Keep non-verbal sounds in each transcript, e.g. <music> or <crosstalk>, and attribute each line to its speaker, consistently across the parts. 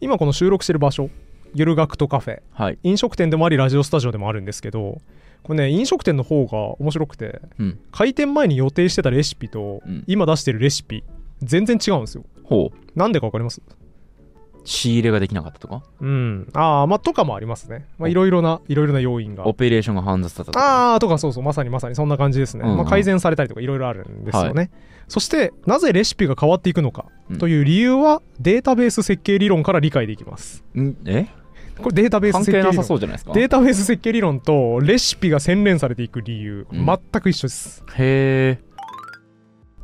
Speaker 1: 今この収録してる場所ゆるがくとカフェ
Speaker 2: はい。
Speaker 1: 飲食店でもありラジオスタジオでもあるんですけどこれね飲食店の方が面白くて
Speaker 2: うん。
Speaker 1: 開店前に予定してたレシピと、
Speaker 2: うん
Speaker 1: 今出してるレシピ全然違うんですよ
Speaker 2: ほう。
Speaker 1: なんでか分かります
Speaker 2: 仕入れができなかったとか
Speaker 1: うんああまあとかもありますねまあいろいろないろいろな要因が
Speaker 2: オペレーションが煩雑だったとか。
Speaker 1: ああとかそうそうまさにまさにそんな感じですね、
Speaker 2: うんうん
Speaker 1: まあ、改善されたりとかいろいろあるんですよね、そしてなぜレシピが変わっていくのか
Speaker 2: うん
Speaker 1: という理由はデータベース設計理論から理解できます
Speaker 2: んえ
Speaker 1: これデータベース
Speaker 2: 関
Speaker 1: 設計理
Speaker 2: 係な
Speaker 1: 論
Speaker 2: さそうじゃないですか。
Speaker 1: データベース設計理論とレシピが洗練されていく理由、
Speaker 2: うん
Speaker 1: 全く一緒です
Speaker 2: へえ。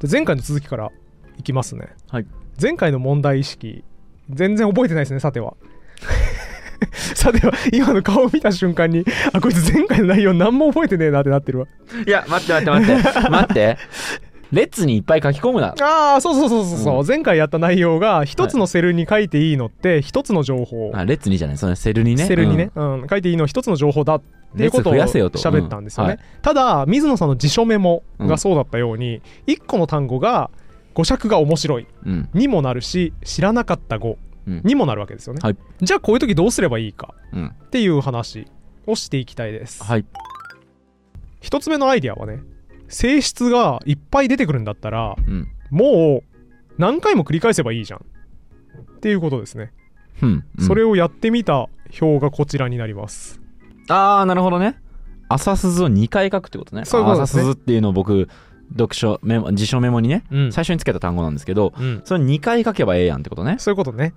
Speaker 1: で前回の続きからいきますね、
Speaker 2: はい
Speaker 1: 前回の問題意識全然覚えてないですねさては <laughs> さては今の顔を見た瞬間にあこいつ前回の内容何も覚えてねえなってなってるわ
Speaker 2: いや、待って待って待って。 <laughs> 待って。列にいっぱい書き込むな。
Speaker 1: ああそうそうそうそうそう、
Speaker 2: う
Speaker 1: 前回やった内容が一つのセルに書いていいのって一つの情報、
Speaker 2: あ、列にじゃない、そのセルにね。
Speaker 1: セルにね、うん書いていいのは一つの情報だっていうことを
Speaker 2: 列増やせよと
Speaker 1: 喋ったんですよね、
Speaker 2: うん
Speaker 1: ただ水野さんの辞書メモ
Speaker 2: う
Speaker 1: が
Speaker 2: ん
Speaker 1: そうだったように、一個の単語が語尺が面白い
Speaker 2: うん。うん。
Speaker 1: にもなるし知らなかった語
Speaker 2: うん
Speaker 1: にもなるわけですよね、
Speaker 2: はい
Speaker 1: じゃあこういう時どうすればいいか
Speaker 2: うん。
Speaker 1: っていう話をしていきたいです、
Speaker 2: はい。
Speaker 1: 一つ目のアイディアはね性質がいっぱい出てくるんだったら
Speaker 2: うん。
Speaker 1: もう何回も繰り返せばいいじゃんっていうことですね、
Speaker 2: うん。うん
Speaker 1: それをやってみた表がこちらになります
Speaker 2: ああなるほどね朝鈴を2回書くってことね
Speaker 1: そういうことですね
Speaker 2: 朝鈴っていうのを僕読書メモ辞書メモにね、
Speaker 1: うん
Speaker 2: 最初につけた単語なんですけど
Speaker 1: うん
Speaker 2: それ2回書けばええやんってことね
Speaker 1: そういうことね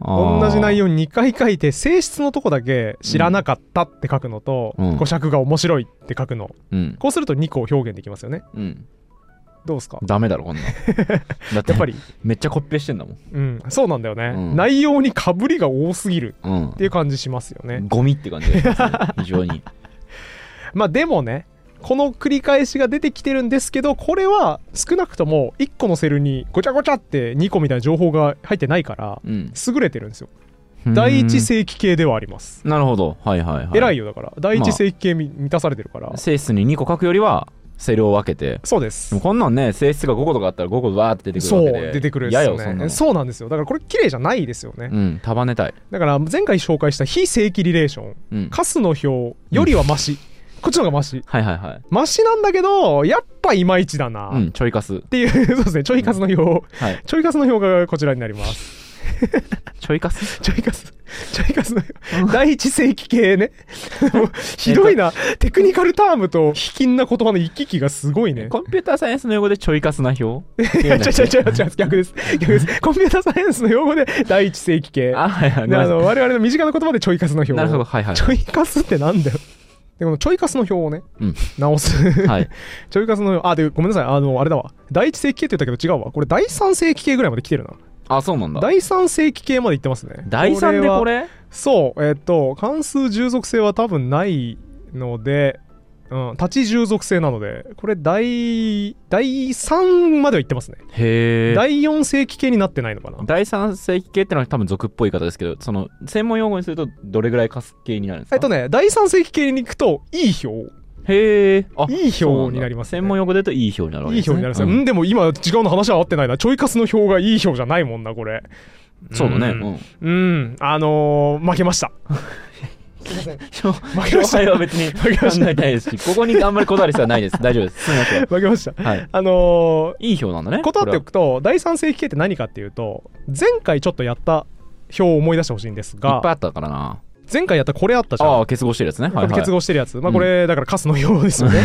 Speaker 2: あー
Speaker 1: 同じ内容に2回書いて性質のとこだけ知らなかったって書くのと、
Speaker 2: うん
Speaker 1: 語尺が面白いって書くの
Speaker 2: うん
Speaker 1: こうすると2個表現できますよね
Speaker 2: うん
Speaker 1: どうですか
Speaker 2: ダメだ <laughs> ろこんなんだって
Speaker 1: やっぱり、
Speaker 2: めっちゃコピペしてんだもん
Speaker 1: うん、そうなんだよね、
Speaker 2: うん
Speaker 1: 内容にかぶりが多すぎる
Speaker 2: うん
Speaker 1: っていう感じしますよね、
Speaker 2: ゴミって感じが <laughs> しますね非常に
Speaker 1: まあでもねこの繰り返しが出てきてるんですけどこれは少なくとも1個のセルにごちゃごちゃって2個みたいな情報が入ってないから
Speaker 2: うん
Speaker 1: 優れてるんですよ第一
Speaker 2: 性
Speaker 1: 正規系ではあります
Speaker 2: なるほどはいはいはい
Speaker 1: 偉い
Speaker 2: よ
Speaker 1: よだから第一正規系み満たされてるから
Speaker 2: 性質に2個書くよりはセルを分けて
Speaker 1: そうで
Speaker 2: ですもこんなんね性質が5個とかあったら5個わーって出てく
Speaker 1: そ
Speaker 2: る
Speaker 1: う
Speaker 2: わけで
Speaker 1: 出てくるんで
Speaker 2: や
Speaker 1: すよ
Speaker 2: よそんな
Speaker 1: ね
Speaker 2: の
Speaker 1: そうなんですよだからこれ綺麗じゃないですよね
Speaker 2: うん束ねたい
Speaker 1: だから前回紹介した非正規リレーション
Speaker 2: うん
Speaker 1: カスの表よりはマシこっちの方がマシ
Speaker 2: はいはいはい
Speaker 1: マシなんだけどやっぱいまいちだな
Speaker 2: う
Speaker 1: っ
Speaker 2: ん、ちょいかす。
Speaker 1: ていう <laughs> そうですねちょい数の表
Speaker 2: はい。
Speaker 1: ちょい数の表がこちらになります
Speaker 2: ちょいかす。
Speaker 1: ちょいカス、ちょいカスの第一世紀系ね。もう <laughs> ひどいな、テクニカルタームと卑近な言葉の行き来がすごいね。
Speaker 2: コンピューターサイエンスの用語でちょいかすな表
Speaker 1: いや、違う違う違う違う、逆です。逆です。コンピューターサイエンスの用語で第一世紀系。であ
Speaker 2: あ、はいはい。ごめんなさ
Speaker 1: の、我々の身近な言葉でちょいカスの表。
Speaker 2: いなるほど、はいはい。
Speaker 1: ちょいカスってなんだよ。で、このちょいカスの表をね、
Speaker 2: うん
Speaker 1: 直す。
Speaker 2: はい。
Speaker 1: <laughs> ちょいカスの表、あ、で、ごめんなさい、あの、あれだわ。第一世紀系って言ったけど違うわ。これ第三世紀系ぐらいまで来てるな。
Speaker 2: あ、そうなんだ。
Speaker 1: 第三世紀系まで行ってますね。
Speaker 2: 第三で
Speaker 1: は
Speaker 2: これ
Speaker 1: そう、えっ、と、関数従属性は多分ないので、うん、立ち従属性なので、これ第、第3までは行ってますね。
Speaker 2: へえ。
Speaker 1: 第4世紀系になってないのかな。
Speaker 2: 第三世紀系ってのは多分俗っぽい言い方ですけど、その、専門用語にするとどれぐらいかす系になるんですか
Speaker 1: えっとね、第3世紀系に行くと、いい表。
Speaker 2: へえ。あ、
Speaker 1: いい表
Speaker 2: そうだ
Speaker 1: になりますね
Speaker 2: 専門用語で言うといい表になるわけ
Speaker 1: いい
Speaker 2: です
Speaker 1: 表になる
Speaker 2: ね。
Speaker 1: んですよ。う
Speaker 2: うん
Speaker 1: ん、でも今、時間の話は合ってないな。ちょいカスの表がいい表じゃないもんな、これ。
Speaker 2: そうだね。
Speaker 1: ん
Speaker 2: うん。
Speaker 1: うん、あのー負けました。
Speaker 2: 勝
Speaker 1: 負けました。
Speaker 2: 敗は
Speaker 1: 負 <laughs>
Speaker 2: 別に考
Speaker 1: けました
Speaker 2: えたいですし、ここにあんまりこだわり必要はないです。大丈
Speaker 1: <laughs>
Speaker 2: 夫です。すみません。
Speaker 1: けました。
Speaker 2: はい。
Speaker 1: あのー
Speaker 2: いい表なんだね。
Speaker 1: 断っておくと第三世紀系って何かっていうと前回ちょっとやった表を思い出してほしいんです
Speaker 2: これはいっぱ
Speaker 1: が
Speaker 2: いあったからな。
Speaker 1: 前回やったこれあったじゃん
Speaker 2: ああ、結合してるやつね。
Speaker 1: こ
Speaker 2: はい
Speaker 1: れ
Speaker 2: はい
Speaker 1: 結。合してるやつ、まあこれだからカスの表ですよね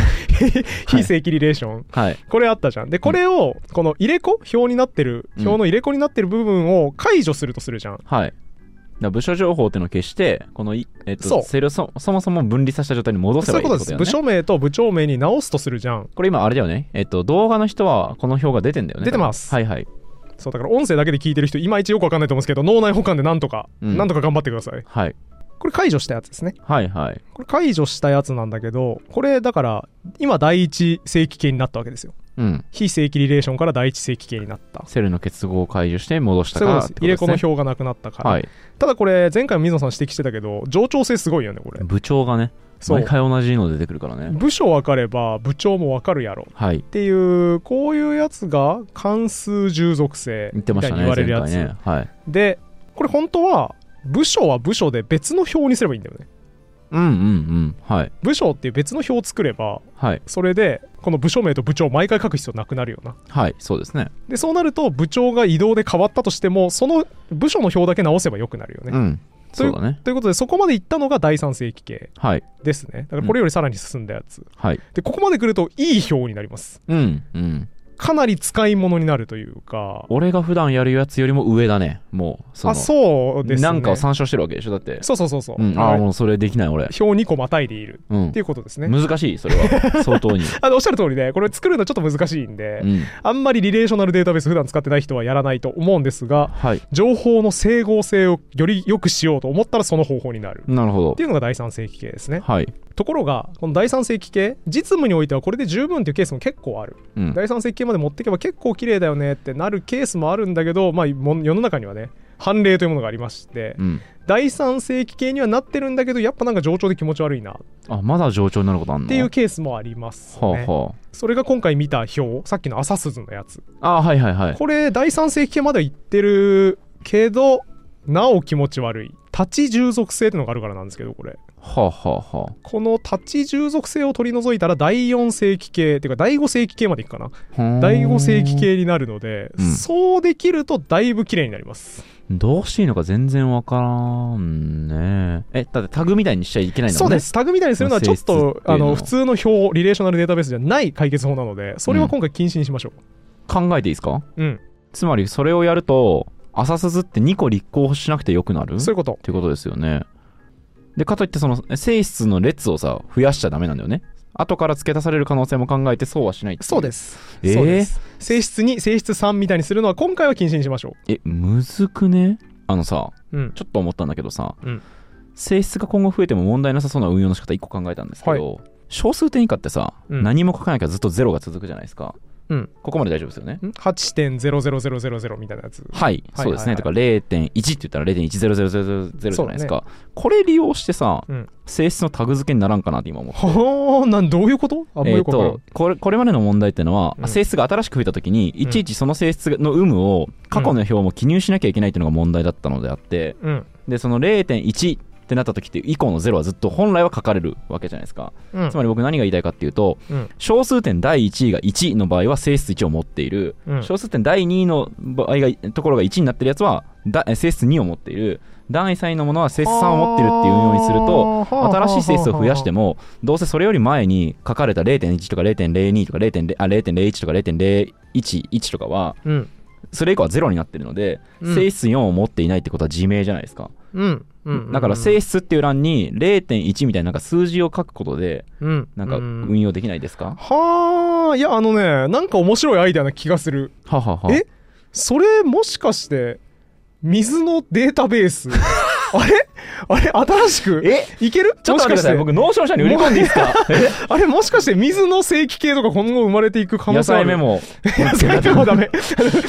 Speaker 1: <laughs> 非正規リレーション
Speaker 2: はい。
Speaker 1: これあったじゃんでこれをこの入れ子表になってる
Speaker 2: うん
Speaker 1: 表の入れ子になってる部分を解除するとするじゃん
Speaker 2: はい。だから部署情報っていうのを消して、このい、えっ
Speaker 1: そ
Speaker 2: と、
Speaker 1: う
Speaker 2: セルをそそもそも分離させた状態に戻せ
Speaker 1: そう
Speaker 2: ば
Speaker 1: い
Speaker 2: いういっ
Speaker 1: こ
Speaker 2: て
Speaker 1: とで
Speaker 2: ことだ
Speaker 1: す
Speaker 2: よ
Speaker 1: 部
Speaker 2: ね。
Speaker 1: 署名と部長名に直すとするじゃん
Speaker 2: これ今あれだよね。えっと、動画の人はこの表が出てんだよね。
Speaker 1: 出てます
Speaker 2: はいはい。
Speaker 1: そうだから音声だけで聞いてる人いまいちよくわかんないと思うんですけど脳内保管でなんとか、
Speaker 2: うん
Speaker 1: なんとか頑張ってください
Speaker 2: はい。
Speaker 1: これ解除したやつですね
Speaker 2: はいはい。
Speaker 1: これ解除したやつなんだけどこれだから今第一正規系になったわけですよ
Speaker 2: うん。
Speaker 1: 非正規リレーションから第一正規系になった
Speaker 2: セルの結合を解除して戻した
Speaker 1: そう
Speaker 2: か
Speaker 1: いうこ
Speaker 2: ら
Speaker 1: と
Speaker 2: って
Speaker 1: です
Speaker 2: こ
Speaker 1: 入
Speaker 2: とで
Speaker 1: れ
Speaker 2: す
Speaker 1: 子の
Speaker 2: ね
Speaker 1: 表がなくなったから、
Speaker 2: はい。
Speaker 1: ただこれ前回も水野さん指摘してたけど冗長性すごいよねこれ
Speaker 2: 部長がね、
Speaker 1: そう
Speaker 2: 毎回同じの出てくるからね。
Speaker 1: 部署分かれば部長も分かるやろっ
Speaker 2: はい。
Speaker 1: ていうこういうやつが関数従属性
Speaker 2: 言
Speaker 1: み
Speaker 2: ってま
Speaker 1: た
Speaker 2: し
Speaker 1: い
Speaker 2: た
Speaker 1: に
Speaker 2: ね。
Speaker 1: 言われるやつ、
Speaker 2: 前回ね。はい。
Speaker 1: でこれ本当は部署は部署で別の表にすればいいんだよね
Speaker 2: うんうんうんはい
Speaker 1: 部署っていう別の表を作れば
Speaker 2: はい
Speaker 1: それでこの部署名と部長を毎回書く必要なくなるよな
Speaker 2: はいそうですね
Speaker 1: でそうなると部長が異動で変わったとしてもその部署の表だけ直せばよくなるよね、
Speaker 2: うん
Speaker 1: とい
Speaker 2: そうだね
Speaker 1: ということでそこまでいったのが第三世紀系
Speaker 2: はい
Speaker 1: ですねだからこれよりさらに進んだやつ、
Speaker 2: はい
Speaker 1: でここまで来るといい表になります
Speaker 2: うんうん
Speaker 1: かなり使い物になるというか
Speaker 2: 俺が普段やるやつよりも上だねもうその
Speaker 1: あそうですね
Speaker 2: なんかを参照してるわけでしょだって
Speaker 1: そうそうそうそう、
Speaker 2: うんあ
Speaker 1: は
Speaker 2: あ
Speaker 1: い
Speaker 2: もうそれできない俺
Speaker 1: 表2個またいでいる
Speaker 2: うん
Speaker 1: っていうことですね
Speaker 2: 難しいそれは
Speaker 1: <laughs>
Speaker 2: 相当に
Speaker 1: あのおっしゃる通りでこれ作るのちょっと難しいんで、
Speaker 2: うん
Speaker 1: あんまりリレーショナルデータベース普段使ってない人はやらないと思うんですが
Speaker 2: はい
Speaker 1: 情報の整合性をより良くしようと思ったらその方法になるっ
Speaker 2: なるほど
Speaker 1: ていうのが第三世紀系ですね
Speaker 2: はい
Speaker 1: ところがこの第三世紀系実務においてはこれで十分っていうケースも結構ある
Speaker 2: うん
Speaker 1: 第三世紀系まで持っていけば結構綺麗だよねってなるケースもあるんだけど、まあ、も世の中にはね判例というものがありまして、
Speaker 2: うん
Speaker 1: 第三世紀系にはなってるんだけどやっぱなんか冗長で気持ち悪いなっ
Speaker 2: あまだ上長になることあんの
Speaker 1: ていうケースもあります、ね
Speaker 2: はあは
Speaker 1: それが今回見た表さっきの朝鈴のやつ
Speaker 2: ああはいはいはい
Speaker 1: これ第三世紀系までは行ってるけどなお気持ち悪い立ち従属性ってのがあるからなんですけどこれ
Speaker 2: はあはあは
Speaker 1: この立ち従属性を取り除いたら第4世紀系っていうか第5世紀系までいくかな
Speaker 2: あふーん
Speaker 1: 第5世紀系になるので、
Speaker 2: うん
Speaker 1: そうできるとだいぶ綺麗になります、
Speaker 2: どうしていいのか全然わからんねえだってタグみたいにしちゃいけないんだ
Speaker 1: そ
Speaker 2: も
Speaker 1: うん
Speaker 2: ね
Speaker 1: ですタグみたいにするのはちょっ
Speaker 2: 性質っ
Speaker 1: と
Speaker 2: ていうの
Speaker 1: あの普通の表リレーショナルデータベースじゃない解決法なのでそれは今回禁止にしましょ
Speaker 2: 考えていいですか
Speaker 1: ううん、
Speaker 2: つまりそれをやると浅鈴って2個立候補しなくてよくなるっ
Speaker 1: そういうこと
Speaker 2: ていうことですよねでかといってその性質の列をさ増やしちゃダメなんだよね後から付け足される可能性も考えてそうはしないってい
Speaker 1: そうです、
Speaker 2: えー
Speaker 1: そうです性質に性質3みたいにするのは今回は禁止にしましょ
Speaker 2: えむずくねあのさ
Speaker 1: ううん
Speaker 2: ちょっと思ったんだけどさ、
Speaker 1: うん
Speaker 2: 性質が今後増えても問題なさそうな運用の仕方1個考えたんですけど、小数点以下ってさ、
Speaker 1: うん
Speaker 2: 何も書かなきゃずっとゼロが続くじゃないですか、
Speaker 1: うん
Speaker 2: ここまで大丈夫ですよね
Speaker 1: ん8.00000みたいなやつ
Speaker 2: はい、
Speaker 1: はい
Speaker 2: そうですね。
Speaker 1: はい
Speaker 2: だから0.1って言ったら0.10000じゃないですか。これ利用してさ、
Speaker 1: うん
Speaker 2: 性質のタグ付けにならんかなって今思って。
Speaker 1: はあなんどういうことあんま
Speaker 2: え
Speaker 1: よ
Speaker 2: ー、
Speaker 1: くわからん
Speaker 2: とこれこれまでの問題ってのは、
Speaker 1: うん
Speaker 2: 性質が新しく増えた時にいちいちその性質の有無を過去の表も記入しなきゃいけないっていうのが問題だったのであって、
Speaker 1: うん
Speaker 2: でその0.1ってなった時って以降の0はずっと本来は書かれるわけじゃないですか、
Speaker 1: うん
Speaker 2: <laughs> つまり僕何が言いたいかっていうと、
Speaker 1: うん
Speaker 2: 小数点第1位が1の場合は性質1を持っている、
Speaker 1: うん
Speaker 2: 小数点第2位の場合がところが1になってるやつはだえ性質2を持っている第3位のものは性質3を持ってるっていう運用にすると
Speaker 1: あー
Speaker 2: 新しい性質を増やして
Speaker 1: は
Speaker 2: もどうせそれより前に書かれた0.1とか0.02とか0.0あ0.01とか0.011とか
Speaker 1: あ
Speaker 2: は
Speaker 1: はあはあうん
Speaker 2: それ以降は0になってるので、
Speaker 1: うん
Speaker 2: 性質4を持っていないってことは自明じゃないですか、
Speaker 1: うんうん
Speaker 2: だから
Speaker 1: 質
Speaker 2: 性質っていう欄に0.1みたいななんか数字を書くことで
Speaker 1: うん
Speaker 2: なんか
Speaker 1: う
Speaker 2: 運用できないですか、
Speaker 1: はあいやあのねなんか面白いアイデアな気がする
Speaker 2: ははは
Speaker 1: えそれもしかして水のデータベー
Speaker 2: <laughs>
Speaker 1: スあれあれ新しく
Speaker 2: え
Speaker 1: いける
Speaker 2: ちょっと待ってくださ
Speaker 1: も
Speaker 2: い
Speaker 1: しか
Speaker 2: 僕ノーション社に売り込んでいいですか <laughs>
Speaker 1: してあれもしかして水の正規系とか今後生まれていく可能
Speaker 2: 野
Speaker 1: 性あ
Speaker 2: 菜
Speaker 1: る
Speaker 2: メモ
Speaker 1: 野菜メモダ
Speaker 2: <laughs>
Speaker 1: メ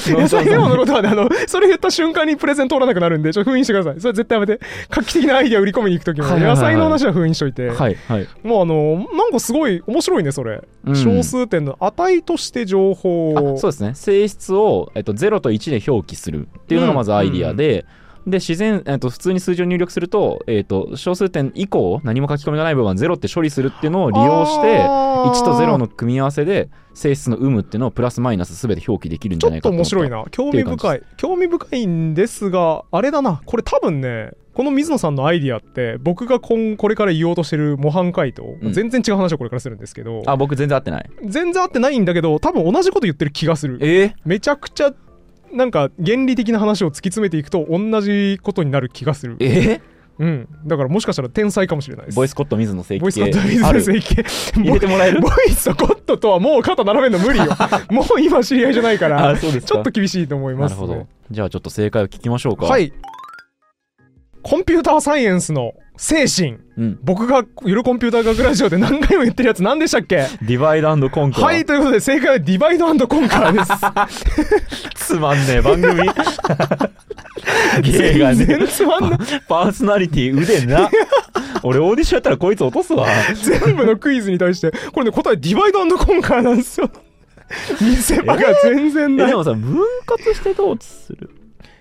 Speaker 1: 野菜メモのことはねあのそれ言った瞬間にプレゼン通らなくなるんでちょっと封印してくださいそれ絶対やめて画期的なアイデア売り込みに行く時も
Speaker 2: はいはいは
Speaker 1: 野
Speaker 2: い
Speaker 1: 菜の話は封印しといて
Speaker 2: はいはい、
Speaker 1: もうあのなんかすごい面白いねそれ
Speaker 2: うん
Speaker 1: 小数点の値として情報
Speaker 2: あ
Speaker 1: を
Speaker 2: そうですね性質を、えっと、0と1で表記するっていうのがまずアイディアで、で自然、えっと、普通に数字を入力すると,、えっと小数点以降何も書き込みがない部分は0って処理するっていうのを利用して1
Speaker 1: 1
Speaker 2: と0の組み合わせで性質の有無っていうのをプラスマイナス全て表記できるん
Speaker 1: ち
Speaker 2: じゃ
Speaker 1: ょ
Speaker 2: な
Speaker 1: っ
Speaker 2: い
Speaker 1: と
Speaker 2: かと思
Speaker 1: 面
Speaker 2: った
Speaker 1: 白いな興味深い興味深いんですがあれだなこれ多分ねこの水野さんのアイディアって僕が今これから言おうとしてる模範解答、
Speaker 2: うん
Speaker 1: 全然違う話をこれからするんですけど
Speaker 2: あ僕全然合ってない
Speaker 1: 全然合ってないんだけど多分同じこと言ってる気がする
Speaker 2: え
Speaker 1: めちゃくちゃなんか原理的な話を突き詰めていくと同じことになる気がする
Speaker 2: ー、え
Speaker 1: うんだからもしかしたら天才かもしれないで
Speaker 2: ー
Speaker 1: す
Speaker 2: ボイスコット水野正
Speaker 1: ボイ
Speaker 2: 規
Speaker 1: スコッ
Speaker 2: 系
Speaker 1: ト水
Speaker 2: あ
Speaker 1: 野
Speaker 2: る
Speaker 1: 正規
Speaker 2: 入れてもらえる
Speaker 1: ボイスコットとはもう肩並べるの無理
Speaker 2: <laughs>
Speaker 1: よもう今知り合いじゃないから
Speaker 2: あそうですか
Speaker 1: ちょっと厳しいと思い
Speaker 2: な
Speaker 1: ま
Speaker 2: る
Speaker 1: すね、
Speaker 2: ほどじゃあちょっと正解を聞きましょうか
Speaker 1: はいコンピューターサイエンスの精神
Speaker 2: うん、
Speaker 1: 僕がゆるコンピューター学ラジオで何回も言ってるやつ何でしたっけ
Speaker 2: ディバイドコンク
Speaker 1: はいということで正解はディバイドコンカー
Speaker 2: <laughs>
Speaker 1: です
Speaker 2: つまんねえ <laughs> 番組芸が
Speaker 1: 全
Speaker 2: ね
Speaker 1: 然つまんない
Speaker 2: パーソナリティ腕な俺オーディションやったらこいつ落とすわ
Speaker 1: 全部のクイズに対してこれね答えディバイドコンカーなんですよ見せ場が全然
Speaker 2: え
Speaker 1: ない、
Speaker 2: でもさ分割してどうする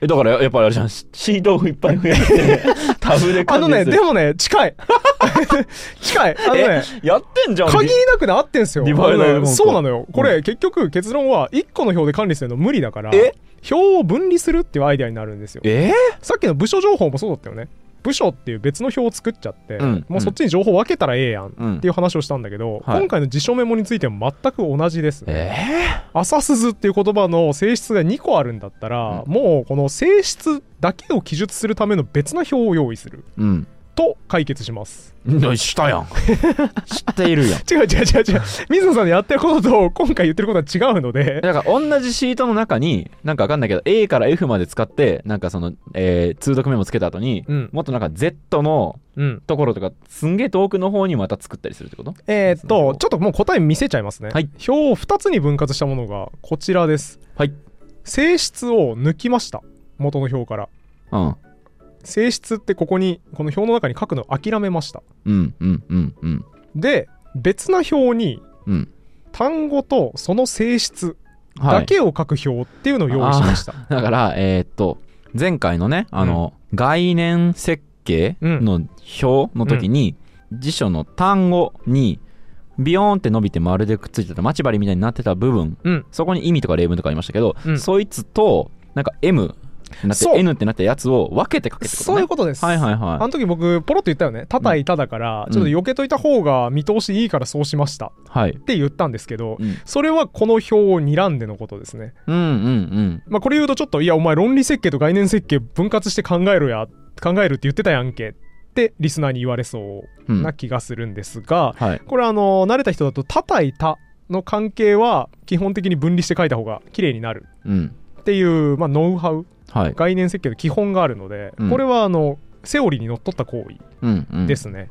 Speaker 2: えだからやっぱりあれじゃんシシートをいっぱい増やして <laughs> タブで
Speaker 1: あ
Speaker 2: 管
Speaker 1: の
Speaker 2: 理
Speaker 1: ね
Speaker 2: する
Speaker 1: でもね近
Speaker 2: <laughs>
Speaker 1: い近いあのね
Speaker 2: えやってんじゃん
Speaker 1: 限りなくね合ってんすよ
Speaker 2: リバイバル
Speaker 1: あの
Speaker 2: 本
Speaker 1: ね
Speaker 2: 当
Speaker 1: そうなのよこれ、
Speaker 2: う
Speaker 1: 結局結論は1個の表で管理するの無理だから
Speaker 2: え
Speaker 1: 表を分離するっていうアイデアになるんですよ
Speaker 2: え
Speaker 1: さっきの部署情報もそうだったよね部署っていう別の表を作っちゃって、
Speaker 2: うん
Speaker 1: もうそっちに情報分けたらええやんっ
Speaker 2: うん
Speaker 1: ていう話をしたんだけど、
Speaker 2: はい
Speaker 1: 今回の辞書メモについても全く同じです、ね
Speaker 2: え
Speaker 1: 朝鈴っていう言葉の性質が2個あるんだったら、
Speaker 2: う
Speaker 1: もうこの性質だけを記述するための別の表を用意する
Speaker 2: うん
Speaker 1: と解決します
Speaker 2: なしたやん <laughs> 知っているやん
Speaker 1: 違う違う違う違う水野さんのやってることと今回言ってることは違うので
Speaker 2: <laughs> だから同じシートの中になんかわかんないけど A から F まで使ってなんかその、えー通読メモつけた後に、
Speaker 1: うん
Speaker 2: もっとなんか Z の
Speaker 1: うん
Speaker 2: ところとかすんげえ遠くの方にまた作ったりするってこと
Speaker 1: えーっとちょっともう答え見せちゃいますね、
Speaker 2: はい
Speaker 1: 表を2つに分割したものがこちらです
Speaker 2: はい
Speaker 1: 性質を抜きました元の表から
Speaker 2: うん
Speaker 1: 性質ってここにこの表の中に書くのを諦めました
Speaker 2: うんうんうんうん
Speaker 1: で別な表に
Speaker 2: うん
Speaker 1: 単語とその性質
Speaker 2: は
Speaker 1: だ
Speaker 2: い
Speaker 1: けを書く表っていうのを用意しました、
Speaker 2: <laughs> だから、えーっと、前回のね、あの、概念設計の表の時に、辞書の単語に、ビヨーンって伸びて丸でくっついてた待ち針みたいになってた部分、
Speaker 1: うん
Speaker 2: そこに意味とか例文とかありましたけど、
Speaker 1: うん
Speaker 2: そいつと、なんか M になって
Speaker 1: そう
Speaker 2: N ってなったやつを分けて書けってこと
Speaker 1: <laughs> そうい
Speaker 2: ね
Speaker 1: う。ことです、
Speaker 2: はいはい
Speaker 1: あの
Speaker 2: は
Speaker 1: 時僕ポロッと言ったよね「たたいた」だから、
Speaker 2: うん
Speaker 1: ちょっと避けといた方が見通しいいからそうしましたっ
Speaker 2: い。はい。
Speaker 1: て言ったんですけど、
Speaker 2: うん
Speaker 1: それはこの表を睨んでのことですね
Speaker 2: うんうん
Speaker 1: まあ、これ言うとちょっと「いやお前論理設計と概念設計分割して考えろや考えるって言ってたやんけ」ってリスナーに言われそう
Speaker 2: うん。うん。
Speaker 1: な気がするんですが、
Speaker 2: はい。
Speaker 1: これあの慣れた人だと「叩いた」の関係は基本的に分離して書いた方が綺麗になる
Speaker 2: うん。
Speaker 1: っていう、まあ、ノウハウ
Speaker 2: はい。
Speaker 1: 概念設計の基本があるので、
Speaker 2: うん
Speaker 1: これはあのセオリーにのっとった行為
Speaker 2: うんうん。
Speaker 1: で。すね、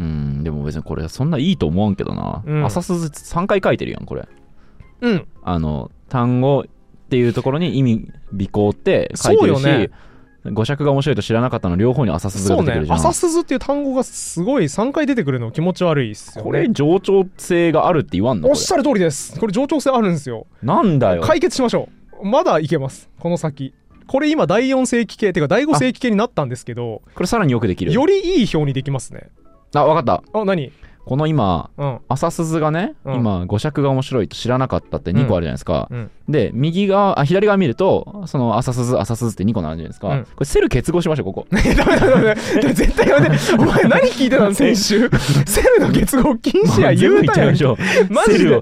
Speaker 2: うん。でも別にこれそんないいと思わんけどな。
Speaker 1: うん
Speaker 2: 朝鈴3回書いてるやん、これ。
Speaker 1: うん
Speaker 2: あの単語っていうところに意味尾行って書いてる
Speaker 1: そう
Speaker 2: し、
Speaker 1: よね
Speaker 2: 語尺が面白いと知らなかったの両方に浅鈴が
Speaker 1: そう
Speaker 2: 出て
Speaker 1: ね
Speaker 2: くる
Speaker 1: 「
Speaker 2: じゃん、
Speaker 1: 朝鈴」っていう単語がすごい3回出てくるの気持ち悪いっすよ
Speaker 2: これ
Speaker 1: ね
Speaker 2: 冗長性があるって言わんの
Speaker 1: お
Speaker 2: こ
Speaker 1: っし
Speaker 2: れ
Speaker 1: ゃる通りですこれ冗長性あるんですよ
Speaker 2: なんだよ
Speaker 1: 解決しましょうまだいけますこの先これ今第4世紀系っていうか第5世紀系になったんですけど
Speaker 2: これさらによくできる
Speaker 1: よりいい表にできますね
Speaker 2: あわかった
Speaker 1: あ何
Speaker 2: この今 <laughs>
Speaker 1: うん
Speaker 2: 浅鈴がね、
Speaker 1: うん
Speaker 2: 今語尺が面白いと知らなかったって2個あるじゃないですか、
Speaker 1: うん
Speaker 2: で右側あ左側見るとその浅鈴浅鈴って2個なるじゃないですか、
Speaker 1: うん
Speaker 2: これセル結合しましょうここ
Speaker 1: ダメダメダメ絶対やめてお前何聞いてたの先
Speaker 2: <laughs>
Speaker 1: 週セルの結合禁止や言うたやん
Speaker 2: 全部いっちゃいましょう
Speaker 1: マジ
Speaker 2: セル
Speaker 1: で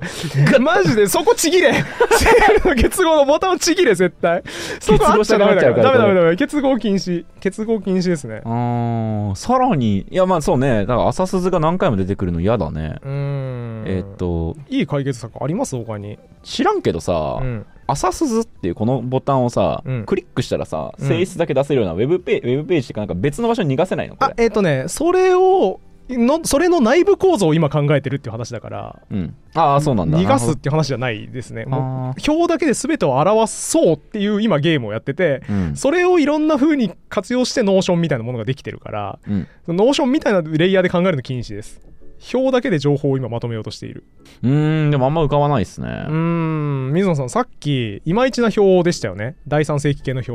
Speaker 1: <laughs>
Speaker 2: を
Speaker 1: マジでそこちぎれセルの結合のボタンをちぎれ絶対そこあっちゃダメだから
Speaker 2: 結合したくなっちゃうから
Speaker 1: ダメダ
Speaker 2: こ
Speaker 1: メ
Speaker 2: れ
Speaker 1: ダメ結合禁止結合禁止ですね
Speaker 2: あーさらにいやまあそうねだから朝鈴が何回も出てくるの嫌だね、
Speaker 1: うーん
Speaker 2: えーっと
Speaker 1: いい解決策あります他に
Speaker 2: 知らんけどさ、
Speaker 1: うん
Speaker 2: 朝鈴っていうこのボタンをさ、
Speaker 1: うん
Speaker 2: クリックしたらさ
Speaker 1: うん
Speaker 2: 性質だけ出せるようなウェブページ、ウェブページってかなんか別の場所に逃がせないのこ
Speaker 1: あ
Speaker 2: れ
Speaker 1: えっ、とねそれをのそれの内部構造を今考えてるっていう話だから
Speaker 2: うん、ああそうなんだ
Speaker 1: 逃がすっていう話じゃないですね
Speaker 2: なるほ
Speaker 1: も
Speaker 2: どあ
Speaker 1: う表だけで全てを表そうっていう今ゲームをやってて
Speaker 2: ーうん
Speaker 1: それをいろんな風に活用してノーションみたいなものができてるから
Speaker 2: うん
Speaker 1: ノーションみたいなレイヤーで考えるの禁止です表だけで情報を今まとめようとしている
Speaker 2: うーんでもあんま浮かばないですね、
Speaker 1: うーん水野さんさっきいまいちな表でしたよね第三世紀系の表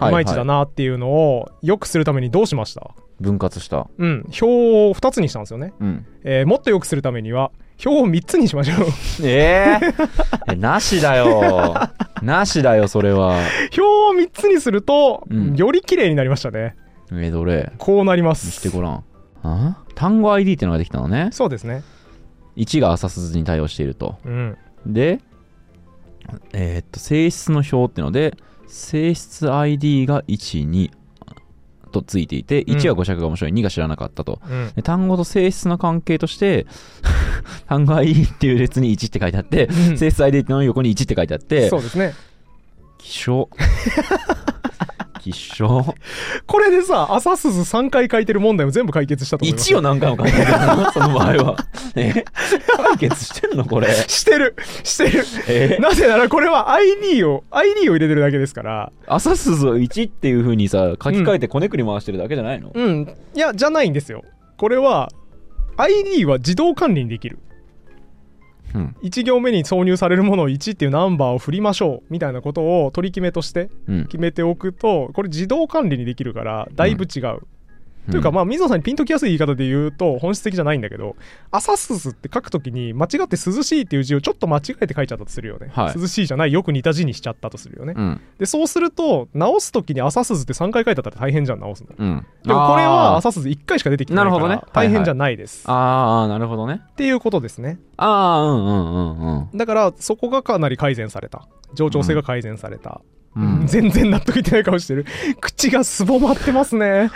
Speaker 2: はい
Speaker 1: いまいちだなっていうのを良くするためにどうしました
Speaker 2: 分割した
Speaker 1: うん表を2つにしたんですよね
Speaker 2: うん
Speaker 1: えーもっと良くするためには表を3つにしましょう <laughs>
Speaker 2: え <laughs> ー、えなしだよなしだよそれは
Speaker 1: 表を3つにすると、
Speaker 2: うん
Speaker 1: より綺麗になりましたね
Speaker 2: えどれ
Speaker 1: こうなりま
Speaker 2: 見し
Speaker 1: す
Speaker 2: てごらんあ単語 ID ってのができたのね
Speaker 1: そうですね
Speaker 2: 1が朝鈴に対応していると
Speaker 1: うん
Speaker 2: で、えーっと、性質の表ってので、性質 ID が1、2とついていて、
Speaker 1: うん
Speaker 2: 1は語尺が面白い、2が知らなかったと。 <laughs>
Speaker 1: うん
Speaker 2: で単語と性質の関係として、 <laughs> 単語 ID っていう列に1って書いてあって、
Speaker 1: うん
Speaker 2: 性質 ID の横に1って書いてあって
Speaker 1: そ、うですね
Speaker 2: 希 <laughs> 少。希少。
Speaker 1: これでさ朝鈴3回書いてる問題を全部解決したと思います
Speaker 2: 1を何回も書いてるな、その場合は。 <laughs> え解決してんの <laughs> これ。
Speaker 1: してるしてる
Speaker 2: え
Speaker 1: なぜならこれは ID を ID を入れてるだけですから
Speaker 2: 朝鈴を1っていう風にさ、書き換えてこねくり回してるだけじゃないの
Speaker 1: うんいやじゃないんですよこれは ID は自動管理にできる
Speaker 2: うん
Speaker 1: 1行目に挿入されるものを1っていうナンバーを振りましょうみたいなことを取り決めとして
Speaker 2: うん
Speaker 1: 決めておくとこれ自動管理にできるからだいぶ違う、
Speaker 2: うん
Speaker 1: というかまあ水野さんにピンときやすい言い方で言うと本質的じゃないんだけど「朝涼」って書くときに間違って「涼しい」っていう字をちょっと間違えて書いちゃったとするよね、
Speaker 2: はい
Speaker 1: 涼しいじゃないよく似た字にしちゃったとするよね、
Speaker 2: うん
Speaker 1: でそうすると直すときに「朝涼」って3回書いてあったら大変じゃん直すの
Speaker 2: うん
Speaker 1: でもこれは
Speaker 2: あー
Speaker 1: 朝涼1回しか出てきてないか
Speaker 2: なるほどね
Speaker 1: ら大変じゃないです、
Speaker 2: あーなるほどね
Speaker 1: っていうことですね
Speaker 2: ああうんうんうん
Speaker 1: だからそこがかなり改善された冗長性が改善された、
Speaker 2: うんうん
Speaker 1: 全然納得いってない顔してる口がすぼまってますね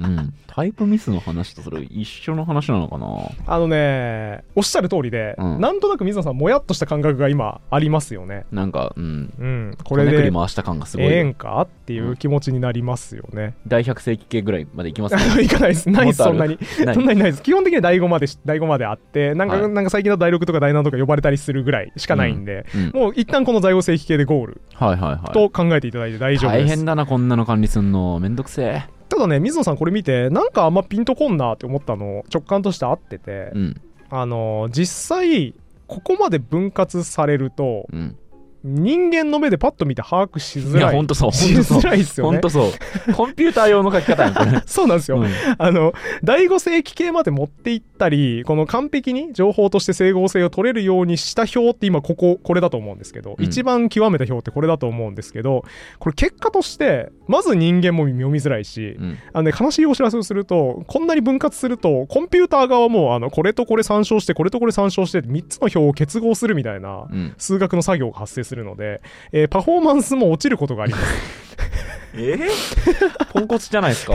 Speaker 2: うんうんタイプミスの話とそれ一緒の話なのかな
Speaker 1: あのねおっしゃる通りで、
Speaker 2: うん
Speaker 1: なんとなく水野さんもやっとした感覚が今ありますよね
Speaker 2: なんかうん
Speaker 1: うんこ
Speaker 2: こ
Speaker 1: れ
Speaker 2: れく
Speaker 1: で
Speaker 2: り回した感がすごい、
Speaker 1: ええんかっていう気持ちになりますよね、 <laughs>
Speaker 2: 大百世紀系ぐらいまでいきます
Speaker 1: あのいかない <laughs> ですないですそんなに
Speaker 2: ない
Speaker 1: そんなにないです基本的には第5までし第5まであってなんか,、
Speaker 2: はい
Speaker 1: なんか最近の第6とか第7とか呼ばれたりするぐらいしかないんで、
Speaker 2: うん
Speaker 1: もう一旦この在庫正規系でゴール
Speaker 2: はいはいはい
Speaker 1: と考えていただいて大丈夫です、
Speaker 2: 大変だなこんなの管理すんのめんどくせえ
Speaker 1: ただね水野さんこれ見てなんかあんまピンとこんなって思ったの直感として合ってて、
Speaker 2: うん
Speaker 1: あの実際ここまで分割されると
Speaker 2: うん
Speaker 1: 人間の目でパッと見て把握し
Speaker 2: い
Speaker 1: づ
Speaker 2: や
Speaker 1: らい
Speaker 2: ほんとそうほ
Speaker 1: し
Speaker 2: んとそう
Speaker 1: づらいですよ
Speaker 2: ほ
Speaker 1: ね
Speaker 2: んとそうコンピューター用の書き方やんこれ、
Speaker 1: そうなんですよ、
Speaker 2: <laughs> うん
Speaker 1: あの第5世紀系まで持っていったりこの完璧に情報として整合性を取れるようにした表って今こここれだと思うんですけど、
Speaker 2: うん
Speaker 1: 一番極めた表ってこれだと思うんですけどこれ結果としてまず人間も読みづらいし、
Speaker 2: うん
Speaker 1: あのね、悲しいお知らせをするとこんなに分割するとコンピューター側もあのこれとこれ参照してこれとこれ参照して3つの表を結合するみたいな
Speaker 2: うん、
Speaker 1: 数学の作業が発生するので、えーパフォーマンスも落ちることがあります <laughs>
Speaker 2: え <laughs> ポンコツじゃないですか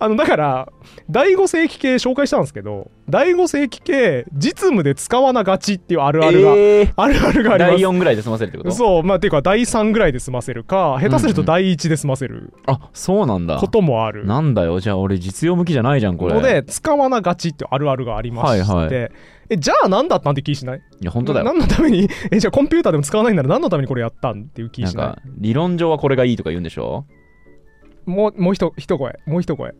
Speaker 1: あのだから第5世紀系紹介したんですけど第5世紀系実務で使わながちっていうあるあるが、
Speaker 2: えー
Speaker 1: あるあるがあります
Speaker 2: 第4ぐらいで済ませるってこと
Speaker 1: そうまあっていうか第3ぐらいで済ませるか下手すると
Speaker 2: うんうん
Speaker 1: 第1で済ませる
Speaker 2: あそうなんだ
Speaker 1: こともある、
Speaker 2: なんだよじゃあ俺実用向きじゃないじゃんこれ
Speaker 1: ので使わながちっていうあるあるがありまして、
Speaker 2: はいは
Speaker 1: えじゃあ何だったんって気しない
Speaker 2: いや本当だよ
Speaker 1: 何のために <laughs> えじゃあコンピューターでも使わないなら何のためにこれやったんっていう気
Speaker 2: なん
Speaker 1: しな
Speaker 2: か理論上はこれがいいとか言うんでしょ
Speaker 1: いもうもうひと一声もう一声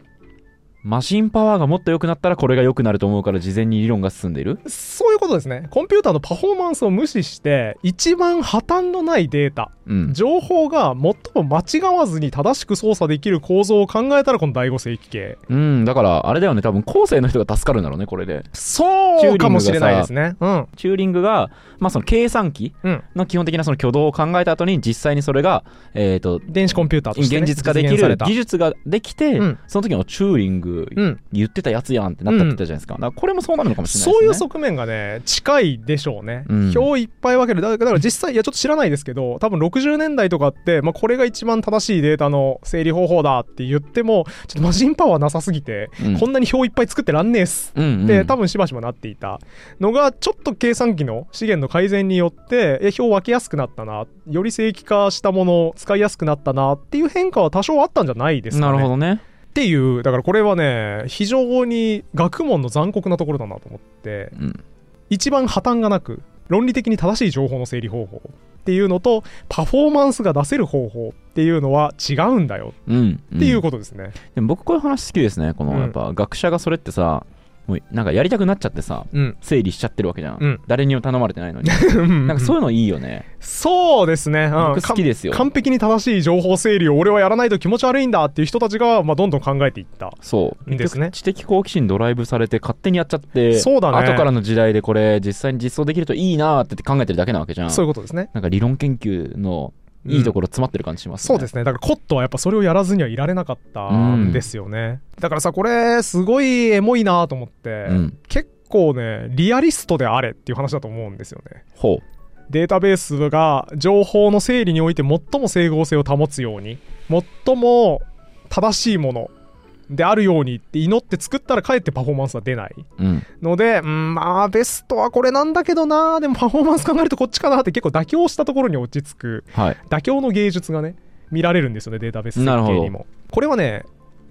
Speaker 2: マシンパワーがもっと良くなったらこれが良くなると思うから事前に理論が進んでいる
Speaker 1: そういうことですねコンピューターのパフォーマンスを無視して一番破綻のないデータ
Speaker 2: うん
Speaker 1: 情報が最も間違わずに正しく操作できる構造を考えたらこの第5世紀系
Speaker 2: うんだからあれだよね多分後世の人が助かるんだろうねこれで
Speaker 1: そうかもしれないですねうん
Speaker 2: チューリングが、まあ、その計算機
Speaker 1: うん
Speaker 2: の基本的なその挙動を考えた後に実際にそれが、えー、と
Speaker 1: 電子コンピューターとして、ね、
Speaker 2: 現実化でき
Speaker 1: 現され
Speaker 2: る
Speaker 1: た
Speaker 2: 技術ができて、
Speaker 1: うん
Speaker 2: その時のチューリング
Speaker 1: うん、
Speaker 2: 言ってたやつやんってなったって言ったじゃないですか,、だからこれもそうなるのかもしれない
Speaker 1: そういう
Speaker 2: ですね
Speaker 1: 側面がね近いでしょうね、
Speaker 2: うん
Speaker 1: 表いっぱい分けるだだから実際いやちょっと知らないですけど多分60年代とかって、まあ、これが一番正しいデータの整理方法だって言ってもちょっとマシンパワーなさすぎて、
Speaker 2: うん
Speaker 1: こんなに表いっぱい作ってらんねえっす
Speaker 2: うんうん
Speaker 1: って多分しばしばなっていたのがちょっと計算機の資源の改善によってえ表分けやすくなったなより正規化したもの使いやすくなったなっていう変化は多少あったんじゃないですかね。
Speaker 2: なるほどね
Speaker 1: っていうだからこれはね非常に学問の残酷なところだなと思って
Speaker 2: うん
Speaker 1: 一番破綻がなく論理的に正しい情報の整理方法っていうのとパフォーマンスが出せる方法っていうのは違うんだよ
Speaker 2: うん、
Speaker 1: っていううんことですね。
Speaker 2: でも僕こういう話好きですねこの、
Speaker 1: うん
Speaker 2: やっぱ学者がそれってさもうなんかやりたくなっちゃってさ
Speaker 1: うん、
Speaker 2: 整理しちゃってるわけじゃん、
Speaker 1: うん
Speaker 2: 誰にも頼まれてないのになんかそういうのいいよね、
Speaker 1: そうですね、うん、
Speaker 2: 僕好きですよ
Speaker 1: か完璧に正しい情報整理を俺はやらないと気持ち悪いんだっていう人たちが、まあ、どんどん考えていった。
Speaker 2: そう
Speaker 1: ですね
Speaker 2: 知的好奇心ドライブされて勝手にやっちゃって
Speaker 1: そうだね
Speaker 2: 後からの時代でこれ実際に実装できるといいなーって考えてるだけなわけじゃん
Speaker 1: そういうことですね。
Speaker 2: なんか理論研究のいいところ詰まってる感じしますね、
Speaker 1: そうですねだからコットはやっぱそれをやらずにはいられなかったんですよね、だからさこれすごいエモいなと思って、
Speaker 2: うん
Speaker 1: 結構ねリアリストであれっていう話だと思うんですよね
Speaker 2: ほ
Speaker 1: データベースが情報の整理において最も整合性を保つように最も正しいものであるようにって祈って作ったらかえってパフォーマンスは出ないう
Speaker 2: うん
Speaker 1: ので、うん、まあベストはこれなんだけどなでもパフォーマンス考えるとこっちかなって結構妥協したところに落ち着く
Speaker 2: はい
Speaker 1: 妥協の芸術がね見られるんですよねデータベース設計に
Speaker 2: なる
Speaker 1: もこれはね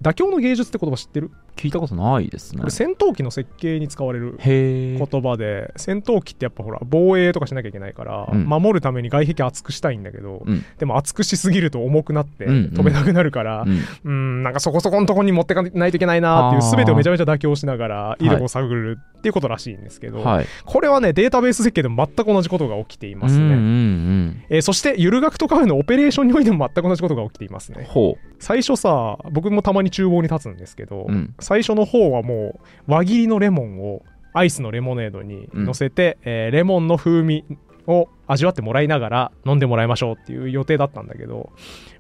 Speaker 1: 妥協の芸術って言葉知ってる
Speaker 2: 聞いたことないですね
Speaker 1: これ戦闘機の設計に使われる
Speaker 2: へえ
Speaker 1: 言葉で戦闘機ってやっぱほら防衛とかしなきゃいけないから、
Speaker 2: うん
Speaker 1: 守るために外壁厚くしたいんだけど、
Speaker 2: うん
Speaker 1: でも厚くしすぎると重くなって
Speaker 2: うんうん
Speaker 1: 飛べなくなるから、うん
Speaker 2: うん
Speaker 1: なんかそこそこのとこに持ってかないといけないなってい
Speaker 2: あ
Speaker 1: う
Speaker 2: ー
Speaker 1: 全てをめちゃめちゃ妥協しながら
Speaker 2: い
Speaker 1: 威力を探るっていうことらしいんですけど、
Speaker 2: はい
Speaker 1: これはねデータベース設計でも全く同じことが起きていますね。
Speaker 2: うんうん
Speaker 1: えーそしてゆるがくとカフェのオペレーションにおいても全く同じことが起きています
Speaker 2: うん
Speaker 1: ね
Speaker 2: ほ
Speaker 1: 最初さ僕もたまに厨房に立つんですけど、
Speaker 2: ううん
Speaker 1: 最初の方はもう輪切りのレモンをアイスのレモネードに乗せて、えーレモンの風味を味わってもらいながら飲んでもらいましょうっていう予定だったんだけど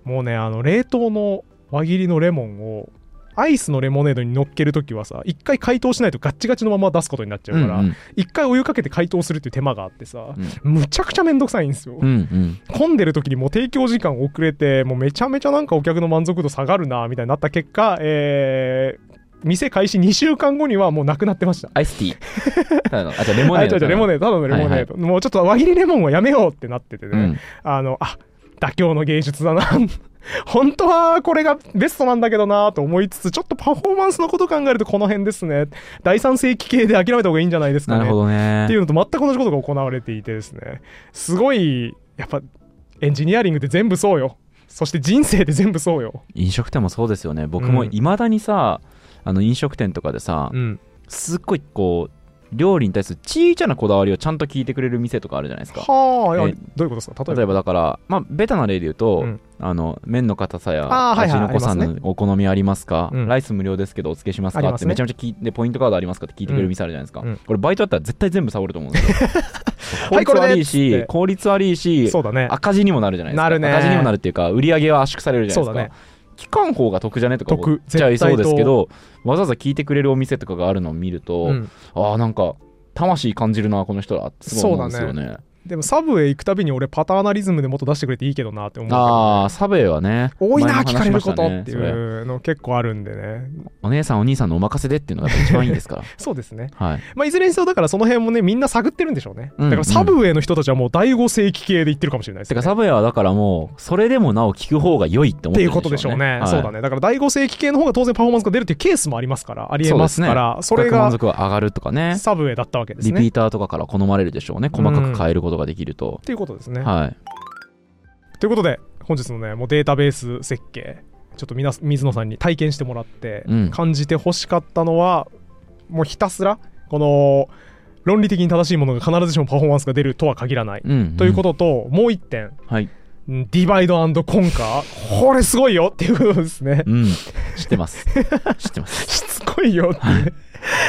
Speaker 1: もうねあの冷凍の輪切りのレモンをアイスのレモネードに乗っけるときはさ一回解凍しないとガッチガチのまま出すことになっちゃうから、
Speaker 2: うん
Speaker 1: 一回お湯かけて解凍するっていう手間があってさ、
Speaker 2: う
Speaker 1: むちゃくちゃめんどくさいんですよ、
Speaker 2: うんうん
Speaker 1: 混んでる時にもう提供時間遅れてもうめちゃめちゃなんかお客の満足度下がるなみたいになった結果、えー店開始2週間後にはもうなくなってました。
Speaker 2: アイスティ
Speaker 1: <laughs>
Speaker 2: ーただのあじゃあレモ
Speaker 1: あ
Speaker 2: ネ
Speaker 1: 違
Speaker 2: ー
Speaker 1: う違
Speaker 2: ド
Speaker 1: うレモネードただのレモネード、もうちょっと輪切りレモンはやめようってなっててね、
Speaker 2: うん
Speaker 1: あのあ妥協の芸術だな <laughs> 本当はこれがベストなんだけどなと思いつつちょっとパフォーマンスのこと考えるとこの辺ですね第三世紀系で諦めた方がいいんじゃないですか
Speaker 2: な
Speaker 1: ね
Speaker 2: るほどね
Speaker 1: っていうのと全く同じことが行われていてですねすごいやっぱエンジニアリングって全部そうよそして人生で全部そうよ、
Speaker 2: 飲食店もそうですよね僕も
Speaker 1: うん
Speaker 2: いまだにさ、あの飲食店とかでさ、
Speaker 1: うん、
Speaker 2: すっごいこう料理に対する小さなこだわりをちゃんと聞いてくれる店とかあるじゃないですか
Speaker 1: はあいや
Speaker 2: え
Speaker 1: どういうことですか例えば
Speaker 2: 例えばだからまあベタな例で言うと、
Speaker 1: うん
Speaker 2: あの麺の硬さ
Speaker 1: あー
Speaker 2: や
Speaker 1: はい
Speaker 2: 味
Speaker 1: はい
Speaker 2: の濃さ
Speaker 1: あり
Speaker 2: のお好みありますか、
Speaker 1: うん
Speaker 2: ライス無料ですけどお付けしますか
Speaker 1: ありま
Speaker 2: っ
Speaker 1: す
Speaker 2: て
Speaker 1: ね
Speaker 2: めちゃめちゃ聞いてポイントカードありますかって聞いてくれる店あるじゃないですか、
Speaker 1: うんうん
Speaker 2: これバイトだったら絶対全部サボると思う
Speaker 1: <laughs>
Speaker 2: んですよ効
Speaker 1: はいこれ
Speaker 2: 率
Speaker 1: で
Speaker 2: 悪いし、
Speaker 1: っつって
Speaker 2: 効率悪いし
Speaker 1: そうだね
Speaker 2: 赤字にもなるじゃないですか
Speaker 1: なるね
Speaker 2: 赤字にもなるっていうか売り上げは圧縮されるじゃな
Speaker 1: そ
Speaker 2: いですか
Speaker 1: うだね
Speaker 2: 期間方が得じゃねとか
Speaker 1: 得
Speaker 2: 思っちゃいそうで
Speaker 1: 絶
Speaker 2: す
Speaker 1: 対
Speaker 2: け
Speaker 1: と
Speaker 2: どわざわざ聞いてくれるお店とかがあるのを見ると、
Speaker 1: うん
Speaker 2: ああなんか魂感じるなこの人らってすごい思うんですよね
Speaker 1: でもサブへ行くたびに俺パターナリズムでもっと出してくれていいけどなって思うけど
Speaker 2: ああサベイはね
Speaker 1: 多いな、
Speaker 2: 前も
Speaker 1: 聞かれるこ
Speaker 2: 話しました
Speaker 1: と
Speaker 2: ね
Speaker 1: ってい
Speaker 2: それ
Speaker 1: うの結構あるんでね
Speaker 2: お姉さんお兄さんのお任せでっていうのが一番いいですから
Speaker 1: <laughs> そうですね
Speaker 2: はい
Speaker 1: まあいずれにせよだからその辺もねみんな探ってるんでしょうね、
Speaker 2: うん
Speaker 1: だからサブウェイの人たちはもう第5世紀系で言ってるかもしれないです
Speaker 2: て
Speaker 1: ね
Speaker 2: かサベイはだからもうそれでもなお聞く方が良いって
Speaker 1: っ
Speaker 2: 思ってて
Speaker 1: いう
Speaker 2: るん
Speaker 1: ことでしょうね、
Speaker 2: はい
Speaker 1: そうだねだから第5世紀系の方が当然パフォーマンスが出るっていうケースもありますからありえますからそ,、
Speaker 2: 顧
Speaker 1: れ
Speaker 2: 客満
Speaker 1: が
Speaker 2: 足が上がるとかね
Speaker 1: サブウェイだったわけです
Speaker 2: リピ
Speaker 1: ね
Speaker 2: ーターとかから好まれるでしょうね細かく変えることができると、
Speaker 1: っていうことですね、
Speaker 2: はい
Speaker 1: ということで本日のねもうデータベース設計ちょっとみな水野さんに体験してもらって
Speaker 2: うん
Speaker 1: 感じてほしかったのは、もうひたすらこの論理的に正しいものが必ずしもパフォーマンスが出るとは限らない、
Speaker 2: うんうん
Speaker 1: ということともう一点
Speaker 2: はい
Speaker 1: うんディバイドコンカーこれすごいよっていうことですね
Speaker 2: うん知ってます <laughs> 知ってます
Speaker 1: しつこいよっていうね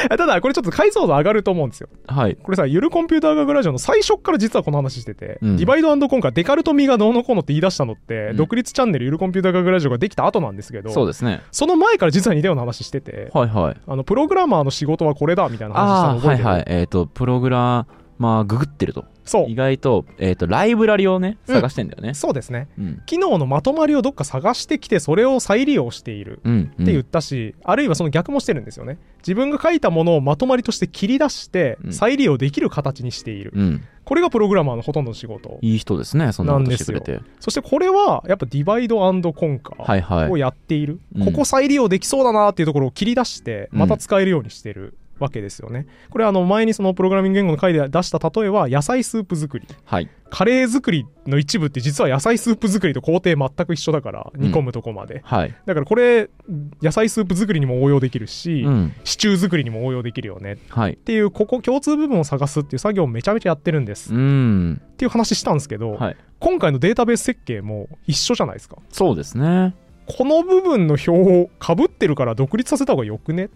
Speaker 1: ただこれちょっと解像度上がると思うんですよ
Speaker 2: はい
Speaker 1: これさゆるコンピューター学ラジオの最初っから実はこの話してて、
Speaker 2: うん
Speaker 1: ディバイドコンカーデカルトミがどうのこうのって言い出したのって、
Speaker 2: うん
Speaker 1: 独立チャンネルゆるコンピューター学ラジオができた後なんですけど
Speaker 2: そうですね
Speaker 1: その前から実は似たような話してて
Speaker 2: はいはい
Speaker 1: あのプログラマーの仕事はこれだみたいな話した
Speaker 2: あ
Speaker 1: の
Speaker 2: あ
Speaker 1: 覚
Speaker 2: は
Speaker 1: え
Speaker 2: い
Speaker 1: てる、
Speaker 2: はいえっ、とプログラマーググってると
Speaker 1: そう
Speaker 2: 意外と,、えー、とライブラリをね
Speaker 1: うん
Speaker 2: 探してんだよね、
Speaker 1: そうですね
Speaker 2: うん
Speaker 1: 機能のまとまりをどっか探してきてそれを再利用している
Speaker 2: うん
Speaker 1: って言ったし、あるいはその逆もしてるんですよね自分が書いたものをまとまりとして切り出して
Speaker 2: うん
Speaker 1: 再利用できる形にしている、
Speaker 2: うん、うん
Speaker 1: これがプログラマーのほとんどの仕事
Speaker 2: いい人ですねそんなことしてくれて
Speaker 1: そしてこれはやっぱディバイドコンカー、
Speaker 2: はいはい
Speaker 1: をやっている、
Speaker 2: うん
Speaker 1: ここ再利用できそうだなっていうところを切り出して
Speaker 2: うん
Speaker 1: また使えるようにしてるわけですよね、これあの前にそのプログラミング言語の回で出した例えは野菜スープ作り
Speaker 2: はい
Speaker 1: カレー作りの一部って実は野菜スープ作りと工程全く一緒だから
Speaker 2: ん
Speaker 1: 煮込むとこまで、
Speaker 2: はい、
Speaker 1: だからこれ野菜スープ作りにも応用できるし、
Speaker 2: うん
Speaker 1: シチュー作りにも応用できるよねっ
Speaker 2: はい
Speaker 1: ていうここ共通部分を探すっていう作業をめちゃめちゃやってるんです、
Speaker 2: う
Speaker 1: っ
Speaker 2: ん
Speaker 1: ていう話したんですけど、
Speaker 2: はい
Speaker 1: 今回のデータベース設計も一緒じゃないですか
Speaker 2: そうですね
Speaker 1: この部分の表をかぶってるから独立させた方がよくね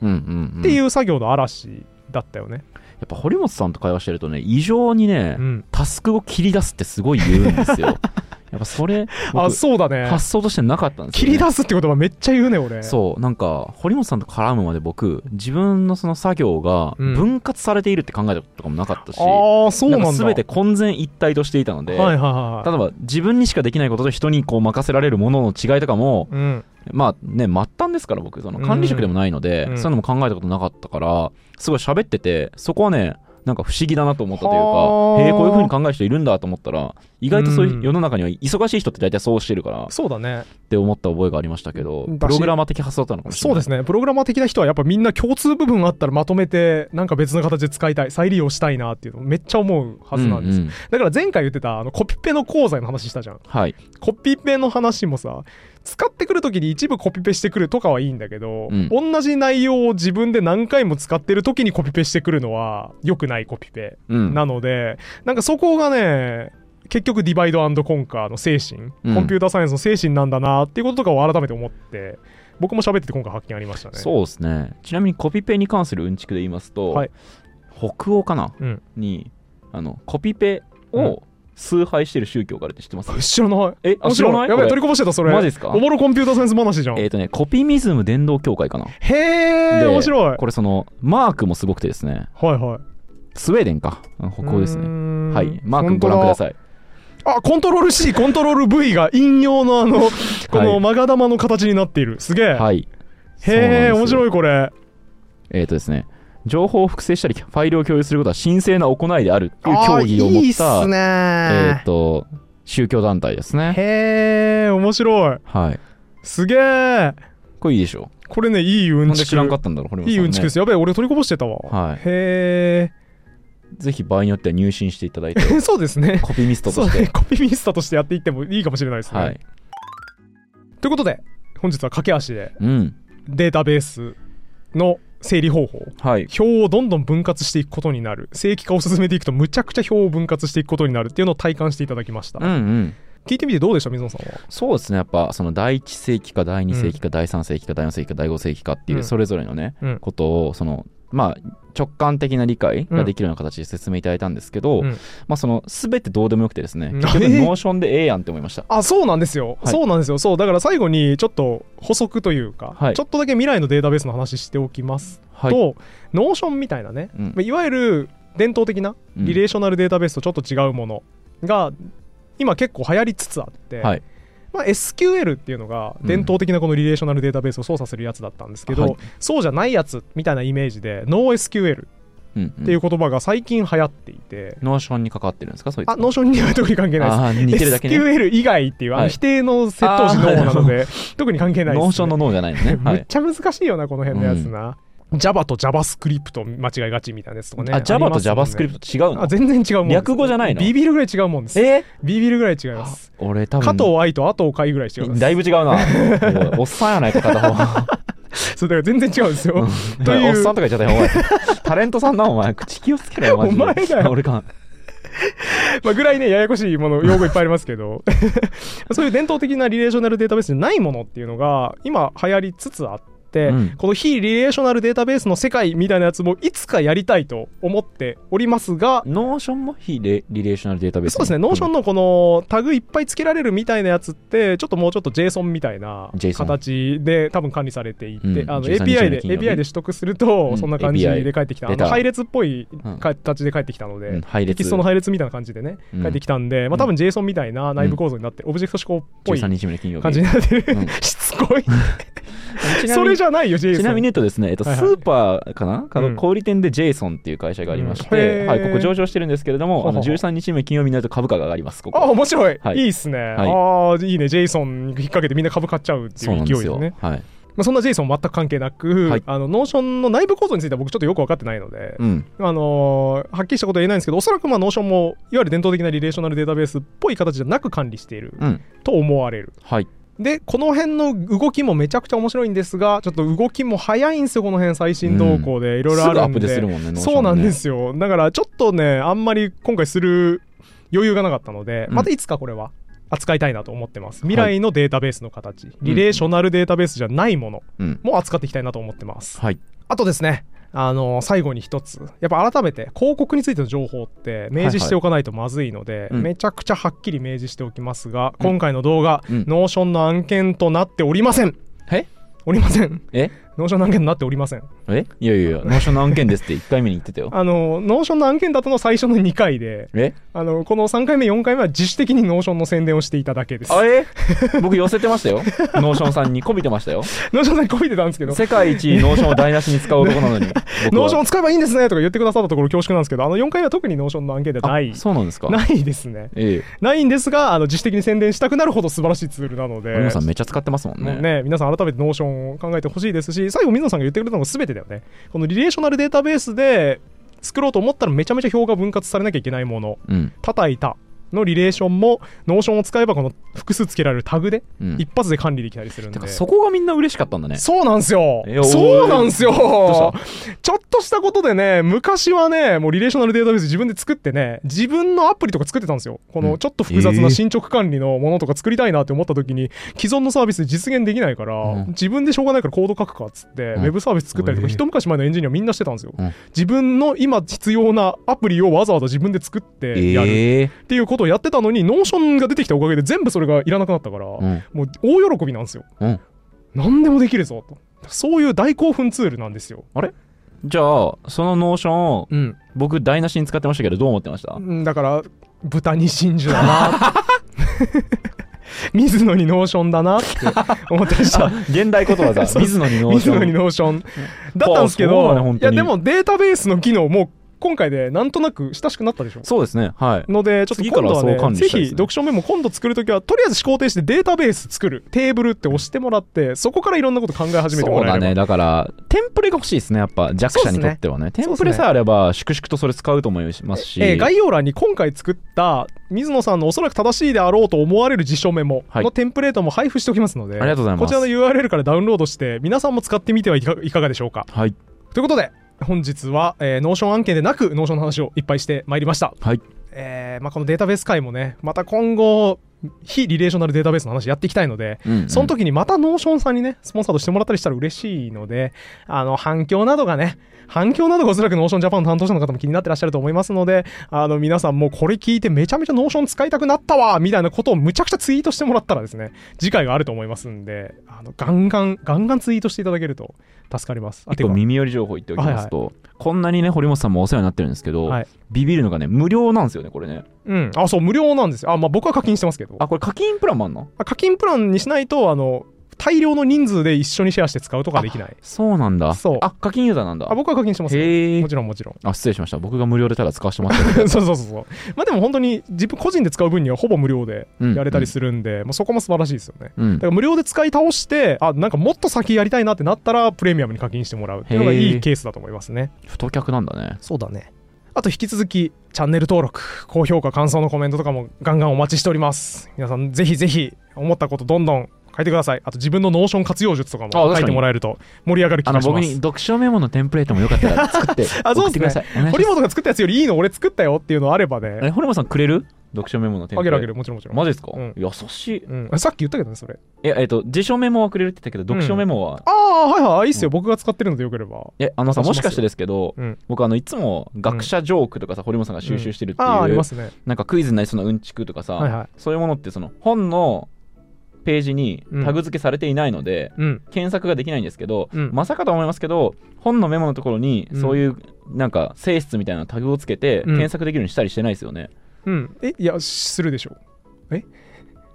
Speaker 2: うんうん、うん、
Speaker 1: っていう
Speaker 2: や
Speaker 1: う作業の嵐だったよね。
Speaker 2: っぱ堀本さんと会話してるとね異常にね、
Speaker 1: うん、
Speaker 2: タスクを切り出すってすごい言う
Speaker 1: <laughs>
Speaker 2: んですよやっぱそれ
Speaker 1: あ
Speaker 2: 僕
Speaker 1: そうだね。
Speaker 2: 発想としてなかったんです
Speaker 1: 切
Speaker 2: よ、ね、
Speaker 1: り出すって言葉めっちゃ言うね俺。
Speaker 2: そうなんか堀本さんと絡むまで僕自分のその作業が
Speaker 1: うん
Speaker 2: 分割されているって考えたこともなかったし、
Speaker 1: ああそうなんだ。
Speaker 2: か全て混然一体としていたので、
Speaker 1: はいはいはい。
Speaker 2: 例えば自分にしかできないことと人にこう任せられるものの違いとかも
Speaker 1: うん、
Speaker 2: まあね末端ですから僕その管理職でもないので、
Speaker 1: うん
Speaker 2: そういうのも考えたことなかったからすごい喋っててそこはねなんか不思議だなと思ったというか
Speaker 1: はあ
Speaker 2: へえこういうふうに考える人いるんだと思ったら意外とそういううん世の中には忙しい人って大体そうしてるからっ
Speaker 1: そうだね
Speaker 2: て思った覚えがありましたけど
Speaker 1: だし
Speaker 2: プログラマー的発想だったのかもしれ
Speaker 1: そう
Speaker 2: な
Speaker 1: で
Speaker 2: い
Speaker 1: すねプログラマー的な人はやっぱみんな共通部分あったらまとめてなんか別の形で使いたい再利用したいなっていうのめっちゃ思うはずなんです、
Speaker 2: うう
Speaker 1: だから前回言ってたあのコピペの講座の話したじゃん
Speaker 2: はい
Speaker 1: コピペの話もさ使ってくる時に一部コピペしてくるとかはいいんだけど、
Speaker 2: うん
Speaker 1: 同じ内容を自分で何回も使ってる時にコピペしてくるのは良くないコピペ
Speaker 2: うん
Speaker 1: なので、なんかそこがね結局ディバイドコンカーの精神、
Speaker 2: うん
Speaker 1: コンピューターサイエンスの精神なんだなっていうこととかを改めて思って僕も喋ってて今回発見ありましたね
Speaker 2: そうですねちなみにコピペに関するうんちくで言いますと、
Speaker 1: はい
Speaker 2: 北欧かな、
Speaker 1: うん
Speaker 2: にあのコピペを崇拝してる宗教があるって知ってます、
Speaker 1: 知らない
Speaker 2: えあ
Speaker 1: 面
Speaker 2: 知
Speaker 1: 白
Speaker 2: ら
Speaker 1: い
Speaker 2: ない
Speaker 1: やべえ
Speaker 2: こ
Speaker 1: 取り
Speaker 2: れ
Speaker 1: こぼしてたそれ
Speaker 2: マジですか
Speaker 1: おもろコンピューターサイエンス話じゃん
Speaker 2: えっ、とねコピミズム伝道協会かな
Speaker 1: へ
Speaker 2: で
Speaker 1: え面白い
Speaker 2: これそのマークもすごくてですね
Speaker 1: はいはい
Speaker 2: スウェーデンかうん北欧です
Speaker 1: うー
Speaker 2: ね
Speaker 1: ん
Speaker 2: はいマークご覧ください
Speaker 1: あコントロール C コントロール V が引用のあのこの曲が玉の形になっているすげえ、
Speaker 2: はい
Speaker 1: へえ面白
Speaker 2: い
Speaker 1: いこれ
Speaker 2: えっ、とですね情報を複製したりファイルを共有することは神聖な行いであるっていう
Speaker 1: あ
Speaker 2: 教
Speaker 1: ー
Speaker 2: 義を持
Speaker 1: いい
Speaker 2: っ
Speaker 1: ったすね
Speaker 2: えっ、と宗教団体ですね
Speaker 1: へえ面白い
Speaker 2: はい
Speaker 1: すげえ
Speaker 2: これいいでしょ
Speaker 1: これねいいうん
Speaker 2: なん
Speaker 1: ち
Speaker 2: で
Speaker 1: く
Speaker 2: 知らんかったんだろう、堀本
Speaker 1: い
Speaker 2: さん、ね。
Speaker 1: いうんちくですやべえ俺取りこぼしてたわ、
Speaker 2: は
Speaker 1: へ
Speaker 2: い。ぜひ場合によっては入信していただいて、
Speaker 1: え <laughs> そうですね
Speaker 2: コピーミス
Speaker 1: <laughs>
Speaker 2: ト
Speaker 1: そ
Speaker 2: と
Speaker 1: う
Speaker 2: して。
Speaker 1: ねコピーミスターとしてやっていってもいいかもしれないですね、
Speaker 2: はい。
Speaker 1: ということで本日は駆け足で
Speaker 2: うん。
Speaker 1: データベースの整理方法
Speaker 2: はい。
Speaker 1: 表をどんどん分割していくことになる正規化を進めていくとむちゃくちゃ表を分割していくことになるっていうのを体感していただきました、
Speaker 2: うんうん。
Speaker 1: 聞いてみてどうでした水野さんは
Speaker 2: そうですね。やっぱ、その第一世紀か第二世紀か第三世紀か第四世紀か第五世紀かっていうう、
Speaker 1: ん
Speaker 2: それぞれのね、
Speaker 1: うん
Speaker 2: ことを、その、まあ、直感的な理解ができるような形で説明いただいたんですけど、
Speaker 1: うん
Speaker 2: まあその全てどうでもよくてですね、
Speaker 1: うん
Speaker 2: 結局
Speaker 1: えー
Speaker 2: ノーションでええやんって思いました。
Speaker 1: あそうなんですよ、
Speaker 2: はい
Speaker 1: そうなんですよそうだから最後にちょっと補足というか、
Speaker 2: はい
Speaker 1: ちょっとだけ未来のデータベースの話しておきます
Speaker 2: はい。
Speaker 1: と、ノーションみたいなね、
Speaker 2: うん
Speaker 1: まあいわゆる伝統的な
Speaker 2: うん
Speaker 1: リレーショナルデータベースとちょっと違うものが今結構流行りつつあって、
Speaker 2: はい
Speaker 1: まあ、SQL っていうのが伝統的なこのリレーショナルデータベースを操作するやつだったんですけど、
Speaker 2: はい
Speaker 1: そうじゃないやつみたいなイメージで NoSQL
Speaker 2: うん
Speaker 1: っ
Speaker 2: ん
Speaker 1: ていう言葉が最近流行っていて、
Speaker 2: ノーションに関わってるんですか、そいつ。
Speaker 1: あノーションには特に関係ないです。
Speaker 2: あー似てるだけね。
Speaker 1: SQL 以外っていうあ
Speaker 2: は
Speaker 1: の
Speaker 2: い
Speaker 1: 否定の接頭詞脳なので、特に関係ないです、ね。
Speaker 2: ノーションの脳じゃないのね。は
Speaker 1: めっ
Speaker 2: い。
Speaker 1: ちゃ難しいよな、この辺のやつな。Java と JavaScript 間違いがちみたいなやつとかね。
Speaker 2: あ、Java と
Speaker 1: りますもんね
Speaker 2: JavaScript 違うの
Speaker 1: あ全然違うもんです
Speaker 2: 略語じゃないの
Speaker 1: ビビるぐらい違うもんです。
Speaker 2: え
Speaker 1: ビビるぐらい違います。
Speaker 2: 俺多分
Speaker 1: 加藤愛とあとおかいぐらい違います。
Speaker 2: だいぶ違うな
Speaker 1: <laughs>
Speaker 2: おいおっさんやないか片方
Speaker 1: そうだから全然違うんですよ。 <laughs> と
Speaker 2: おっ
Speaker 1: い
Speaker 2: さん
Speaker 1: う
Speaker 2: と。か言っちゃったよ
Speaker 1: <laughs>
Speaker 2: お前タレントさんなお前口気をつけろよマジで
Speaker 1: お前だよ
Speaker 2: 俺か
Speaker 1: まあ、ぐらいねややこしいもの用語いっぱいありますけど <laughs> そういう伝統的なリレーショナルデータベースじゃないものっていうのが今流行りつつあって、
Speaker 2: うん
Speaker 1: この非リレーショナルデータベースの世界みたいなやつもいつかやりたいと思っておりますが。
Speaker 2: ノーションも非レリレーショナルデータベース
Speaker 1: そうですね、ノーションのこのタグいっぱいつけられるみたいなやつって、ちょっともうちょっと JSON みたいな
Speaker 2: JSON
Speaker 1: 形で多分管理されていて、
Speaker 2: うん
Speaker 1: あの
Speaker 2: 13
Speaker 1: API で
Speaker 2: 日の金曜日
Speaker 1: API で取得する
Speaker 2: うん
Speaker 1: と、そんな感じ
Speaker 2: API
Speaker 1: で返ってきた、あ
Speaker 2: 出た
Speaker 1: の配列っぽい
Speaker 2: うん
Speaker 1: 形で返ってきたので、
Speaker 2: うん配
Speaker 1: テ
Speaker 2: 列
Speaker 1: キストの配列みたいな感じでね、
Speaker 2: うん
Speaker 1: 書いてきたんで、まあ多分 JSON みたいな内部構造になって、オブジェクト思考っぽい
Speaker 2: 13日目の金曜日
Speaker 1: 感じになってる。
Speaker 2: うん
Speaker 1: <laughs> しつこい。
Speaker 2: ちなみ
Speaker 1: それ
Speaker 2: に
Speaker 1: じゃないよ、JSON。
Speaker 2: ちなみに言うとですね、えっと、ス
Speaker 1: はいはい
Speaker 2: ーパーかな、あ
Speaker 1: う
Speaker 2: の
Speaker 1: ん
Speaker 2: 小売店で JSON っていう会社がありまし
Speaker 1: うんへ
Speaker 2: て、
Speaker 1: ー
Speaker 2: はい、ここ上場してるんですけれども、あ
Speaker 1: ほ
Speaker 2: の
Speaker 1: うほう
Speaker 2: 13日目金曜日になると株価が上がります、こ
Speaker 1: あ、
Speaker 2: こ。
Speaker 1: 面白い。
Speaker 2: はい
Speaker 1: いいっすね。
Speaker 2: い
Speaker 1: ああ、いいね。JSON に引っ掛けてみんな株買っちゃうって
Speaker 2: そう
Speaker 1: い
Speaker 2: な
Speaker 1: うん勢
Speaker 2: で
Speaker 1: い
Speaker 2: す
Speaker 1: です
Speaker 2: よ。
Speaker 1: ね。
Speaker 2: はい。
Speaker 1: まあそんな JSON 全く関係なく、
Speaker 2: はい
Speaker 1: あの、Notion の内部構造については僕ちょっとよく分かってないので、
Speaker 2: うん。
Speaker 1: あのーはっきりしたことは言えないんですけど、おそらくまあ Notion も、いわゆる伝統的なリレーショナルデータベースっぽい形じゃなく管理している
Speaker 2: うん。
Speaker 1: と思われる。
Speaker 2: はい。
Speaker 1: でこの辺の動きもめちゃくちゃ面白いんですがちょっと動きも早いんですよこの辺最新動向でいろいろあ
Speaker 2: すぐ
Speaker 1: る
Speaker 2: ア
Speaker 1: ん
Speaker 2: ップ
Speaker 1: で,、
Speaker 2: でするもんね、ノーション
Speaker 1: そうなん
Speaker 2: ね
Speaker 1: ですよだからちょっとねあんまり今回する余裕がなかったので、
Speaker 2: うん
Speaker 1: またいつかこれは扱いたいなと思ってます
Speaker 2: い
Speaker 1: 未来のデータベースの形、リレーショナルデータベースじゃないもの
Speaker 2: うん。
Speaker 1: も扱っていきたいなと思ってます
Speaker 2: はい。
Speaker 1: あとですねあの最後に一つやっぱ改めて広告についての情報って明示しておかないとまずいので、
Speaker 2: うん
Speaker 1: めちゃくちゃはっきり明示しておきますが、
Speaker 2: うん
Speaker 1: 今回の動画、
Speaker 2: うん
Speaker 1: ノーションの案件となっておりません
Speaker 2: え
Speaker 1: おりません
Speaker 2: え
Speaker 1: ノーションの案件になっておりません
Speaker 2: えいやいやいや、ノーションの案件ですって1回目に言ってたよ。
Speaker 1: あのノーションの案件だとの最初の2回で
Speaker 2: え
Speaker 1: あのこの3回目4回目は自主的にノーションの宣伝をしていただけです
Speaker 2: あれ僕寄せてましたよ。ノーションさんにこびてましたよ。
Speaker 1: ノーションさんに媚びてたんですけど
Speaker 2: 世界一ノーションを台無しに使う男なの
Speaker 1: <laughs>
Speaker 2: に。僕は
Speaker 1: ノーションを使えばいいんですねとか言ってくださったところ恐縮なんですけどあの4回目は特にノーションの案件ではない
Speaker 2: あそうなんですか。
Speaker 1: ないですね
Speaker 2: え
Speaker 1: ないんですがあの自主的に宣伝したくなるほど素晴らしいツールなの
Speaker 2: え。
Speaker 1: で
Speaker 2: 森本さんめっちゃ使ってますもん
Speaker 1: も
Speaker 2: ね。
Speaker 1: うね、皆さん改めてノーションを考えてほしいですし最後水野さんが言ってくれたのが全てだよねこのリレーショナルデータベースで作ろうと思ったらめちゃめちゃ表が分割されなきゃいけないもの
Speaker 2: うん。
Speaker 1: 叩いたのリレーションもノーションを使えばこの複数つけられるタグで
Speaker 2: うん。
Speaker 1: 一発で管理できたりするんで、
Speaker 2: てかそこがみんな嬉しかったんだね。
Speaker 1: そうなんすよ
Speaker 2: いや
Speaker 1: そうなんすよ
Speaker 2: ど
Speaker 1: ちょっとしたことでね昔はねもうリレーショナルデータベース自分で作ってね自分のアプリとか作ってたんですよこ
Speaker 2: う
Speaker 1: の
Speaker 2: ん
Speaker 1: ちょっと複雑な進捗管理のものとか作りたいなって思った時に既存のサービスで実現できないから、
Speaker 2: うん
Speaker 1: 自分でしょうがないからコード書くかっつって、
Speaker 2: うん
Speaker 1: ウェブサービス作ったりとか、
Speaker 2: えー
Speaker 1: 一昔前のエンジニアみんなしてたんですよ、
Speaker 2: うん
Speaker 1: 自分の今必要なアプリをわざわざ自分で作ってやる
Speaker 2: ええ。
Speaker 1: っていうことをやってたのにノーションが出てきたおかげで全部それがいらなくなったから、
Speaker 2: うん。
Speaker 1: もう大喜びなんですよ、
Speaker 2: うん
Speaker 1: 何でもできるぞとそういう大興奮ツールなんですよ、
Speaker 2: じゃあ、そのノーションを僕台無しに使ってましたけど、どう思ってました
Speaker 1: うんだから豚に真珠だ
Speaker 2: <laughs>
Speaker 1: な水野にノーションだなって思ってまし
Speaker 2: あ
Speaker 1: た
Speaker 2: 現代言葉
Speaker 1: <laughs>
Speaker 2: だ。
Speaker 1: そう
Speaker 2: 水野にノーシ
Speaker 1: 水野に
Speaker 2: ョン。
Speaker 1: ノーションだったんですけ
Speaker 2: あそうだね
Speaker 1: ど、
Speaker 2: 本
Speaker 1: い
Speaker 2: 当
Speaker 1: や
Speaker 2: に
Speaker 1: でもデータベースの機能も今回でなんとなく親しくなったでしょ
Speaker 2: そうですね。はい。
Speaker 1: のでちょっと
Speaker 2: 次か
Speaker 1: 今
Speaker 2: ら
Speaker 1: 度は
Speaker 2: そう管
Speaker 1: ね
Speaker 2: 理
Speaker 1: ぜ
Speaker 2: したいで
Speaker 1: ひ
Speaker 2: すね
Speaker 1: 読書メモ今度作るときはとりあえず思考停止でデータベース作るテーブルって押してもらってそこからいろんなこと考え始めてもらえれば
Speaker 2: そうだねだからテンプレが欲しいですねやっぱ弱者にとってはねテンプレさえあれば粛々とそれ使うと思いますし、
Speaker 1: えー概要欄に今回作った水野さんのおそらく正しいであろうと思われる辞書メモ
Speaker 2: はい
Speaker 1: のテンプレートも配布しておきますので、
Speaker 2: ありがとうございます
Speaker 1: こちらの URL からダウンロードして皆さんも使ってみてはいかいかがでしょうか
Speaker 2: はい
Speaker 1: ということで本日は、えー、ノーション案件でなくノーションの話をいっぱいしてまいりました、
Speaker 2: はい
Speaker 1: えーまあ、このデータベース界もねまた今後非リレーショナルデータベースの話やっていきたいので、
Speaker 2: うんうん
Speaker 1: その時にまたノーションさんにね、スポンサードしてもらったりしたら嬉しいので、あの、反響などがね、反響などがおそらくノーションジャパンの担当者の方も気になってらっしゃると思いますので、あの、皆さんもこれ聞いてめちゃめちゃノーション使いたくなったわみたいなことをむちゃくちゃツイートしてもらったらですね、次回があると思いますんで、あの、ガンガン、ガンガンツイートしていただけると助かります。あ、
Speaker 2: 一
Speaker 1: てか
Speaker 2: 個、耳寄り情報言っておきますと、こんなにね堀本さんもお世話になってるんですけど、
Speaker 1: はい
Speaker 2: ビビるのがね無料なんですよねこれね
Speaker 1: うん。あ、そう、無料なんですよ。あ、まあ僕は課金してますけど。
Speaker 2: あこれ課金プランもあんの
Speaker 1: あ課金プランにしないと、あの、大量の人数で一緒にシェアして使うとかできない。
Speaker 2: そうなんだ
Speaker 1: そう
Speaker 2: あ課金ユーザーなんだ
Speaker 1: あ、僕は課金してますよ。
Speaker 2: へえ
Speaker 1: もちろんもちろん。
Speaker 2: あ失礼しました僕が無料でただ使わせてもら <laughs> って
Speaker 1: <laughs>
Speaker 2: る
Speaker 1: そうそうそうそうまあでも本当に自分個人で使う分にはほぼ無料で
Speaker 2: うん
Speaker 1: やれたりするんで、もうそこも素晴らしいですよね
Speaker 2: うん
Speaker 1: だから無料で使い倒してあなんかもっと先やりたいなってなったらプレミアムに課金してもらうっていうのが
Speaker 2: へー
Speaker 1: いいケースだと思いますね
Speaker 2: 太客なんだね
Speaker 1: そうだねあと引き続きチャンネル登録高評価感想のコメントとかもガンガンお待ちしております皆さんぜひぜひ思ったことどんどん書いてくださいあと自分のノーション活用術とかも
Speaker 2: あ確か
Speaker 1: 書
Speaker 2: に
Speaker 1: いてもらえると盛り上がる気
Speaker 2: あ
Speaker 1: が
Speaker 2: の
Speaker 1: し
Speaker 2: 僕
Speaker 1: ま
Speaker 2: に
Speaker 1: す
Speaker 2: 読書メモのテンプレートもよかったら作って <laughs>
Speaker 1: あそう
Speaker 2: 送
Speaker 1: っすね
Speaker 2: ってくださいお願いし
Speaker 1: 堀
Speaker 2: ます
Speaker 1: 本が作ったやつよりいいの俺作ったよっていうのあれば
Speaker 2: え
Speaker 1: ね
Speaker 2: 堀本さんくれる読書メモのテン
Speaker 1: あ
Speaker 2: プ
Speaker 1: げ
Speaker 2: レ
Speaker 1: るあ
Speaker 2: ー
Speaker 1: げ
Speaker 2: ト
Speaker 1: るもちろんもちろん、
Speaker 2: マジですか、
Speaker 1: うん
Speaker 2: 優しい。
Speaker 1: うん、さっき言ったけどねそれ
Speaker 2: いや、えっ、と、辞書メモはくれるって言ったけど、読書メモは。
Speaker 1: ああはいはいいいっすよ、僕が使ってるのでよければ
Speaker 2: え、あのさ、
Speaker 1: 出しま
Speaker 2: も
Speaker 1: すよ
Speaker 2: しかしてですけど、
Speaker 1: うん
Speaker 2: 僕、あの、いつも学者ジョークとかさ、堀本さんが収集してるっていう、
Speaker 1: ああありますね
Speaker 2: なんかクイズになりそうなうんちくとかさ、
Speaker 1: はいはい
Speaker 2: そういうものって、その、本のページに
Speaker 1: うん
Speaker 2: タグ付けされていないので、
Speaker 1: うん
Speaker 2: 検索ができないんですけど、
Speaker 1: うん
Speaker 2: まさかとは思いますけど、本のメモのところに、
Speaker 1: うん
Speaker 2: そういう、なんか、性質みたいなタグをつけて、
Speaker 1: ん
Speaker 2: 検索できるようにしたりしてないですよね。
Speaker 1: うんえいやするでしょ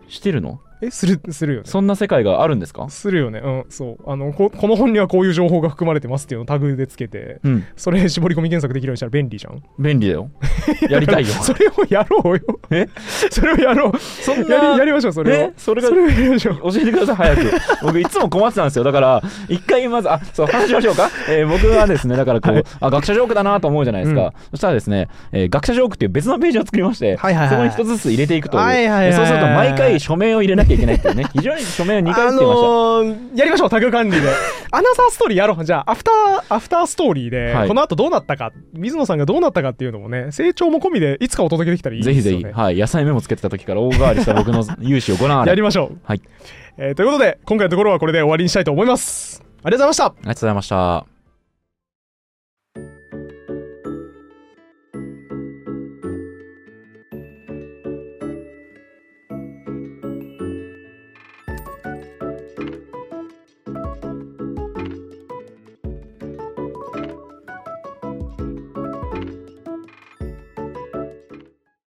Speaker 2: してるの
Speaker 1: えするするよね
Speaker 2: そんな世界があるんですか
Speaker 1: するよねうんそうあのここの本にはこういう情報が含まれてますっていうのをタグでつけて
Speaker 2: うん、
Speaker 1: それ絞り込み検索できるようにしたら便利じゃん。
Speaker 2: 便利だよ。やりたいよ
Speaker 1: <laughs> それをやろうよ
Speaker 2: え
Speaker 1: それをやろう
Speaker 2: そん
Speaker 1: やりやりましょうそれを
Speaker 2: えそれが
Speaker 1: それをやりましょう
Speaker 2: 教えてください早く僕いつも困ってたんですよだから一回まずあそう話しましょうか、えー僕はですねだからこう、あ学者ジョークだなと思うじゃないですか、
Speaker 1: うん
Speaker 2: そしたらですね、えー学者ジョークっていう別のページを作りまして、
Speaker 1: はいはいはい
Speaker 2: そこに一つずつ入れていくという、
Speaker 1: はいはいはいはい
Speaker 2: えーそうすると毎回署名を入れなきゃいけないっていうね非常に署名を2回打っていました、
Speaker 1: あのーやりましょうタグ管理で <laughs> アナザーストーリーやろうじゃあアフターアフターストーリーで、
Speaker 2: はい
Speaker 1: この後どうなったか水野さんがどうなったかっていうのもね成長も込みでいつかお届けできたらいいです
Speaker 2: ぜ
Speaker 1: よ
Speaker 2: ひ
Speaker 1: ね
Speaker 2: ぜひ、はい、野菜メモつけてた時から大変わりした僕の勇姿をご覧あれ
Speaker 1: や
Speaker 2: あり
Speaker 1: りましょう、
Speaker 2: はい
Speaker 1: えーということで今回のところはこれで終わりにしたいと思いますありがとうございました
Speaker 2: がとうございました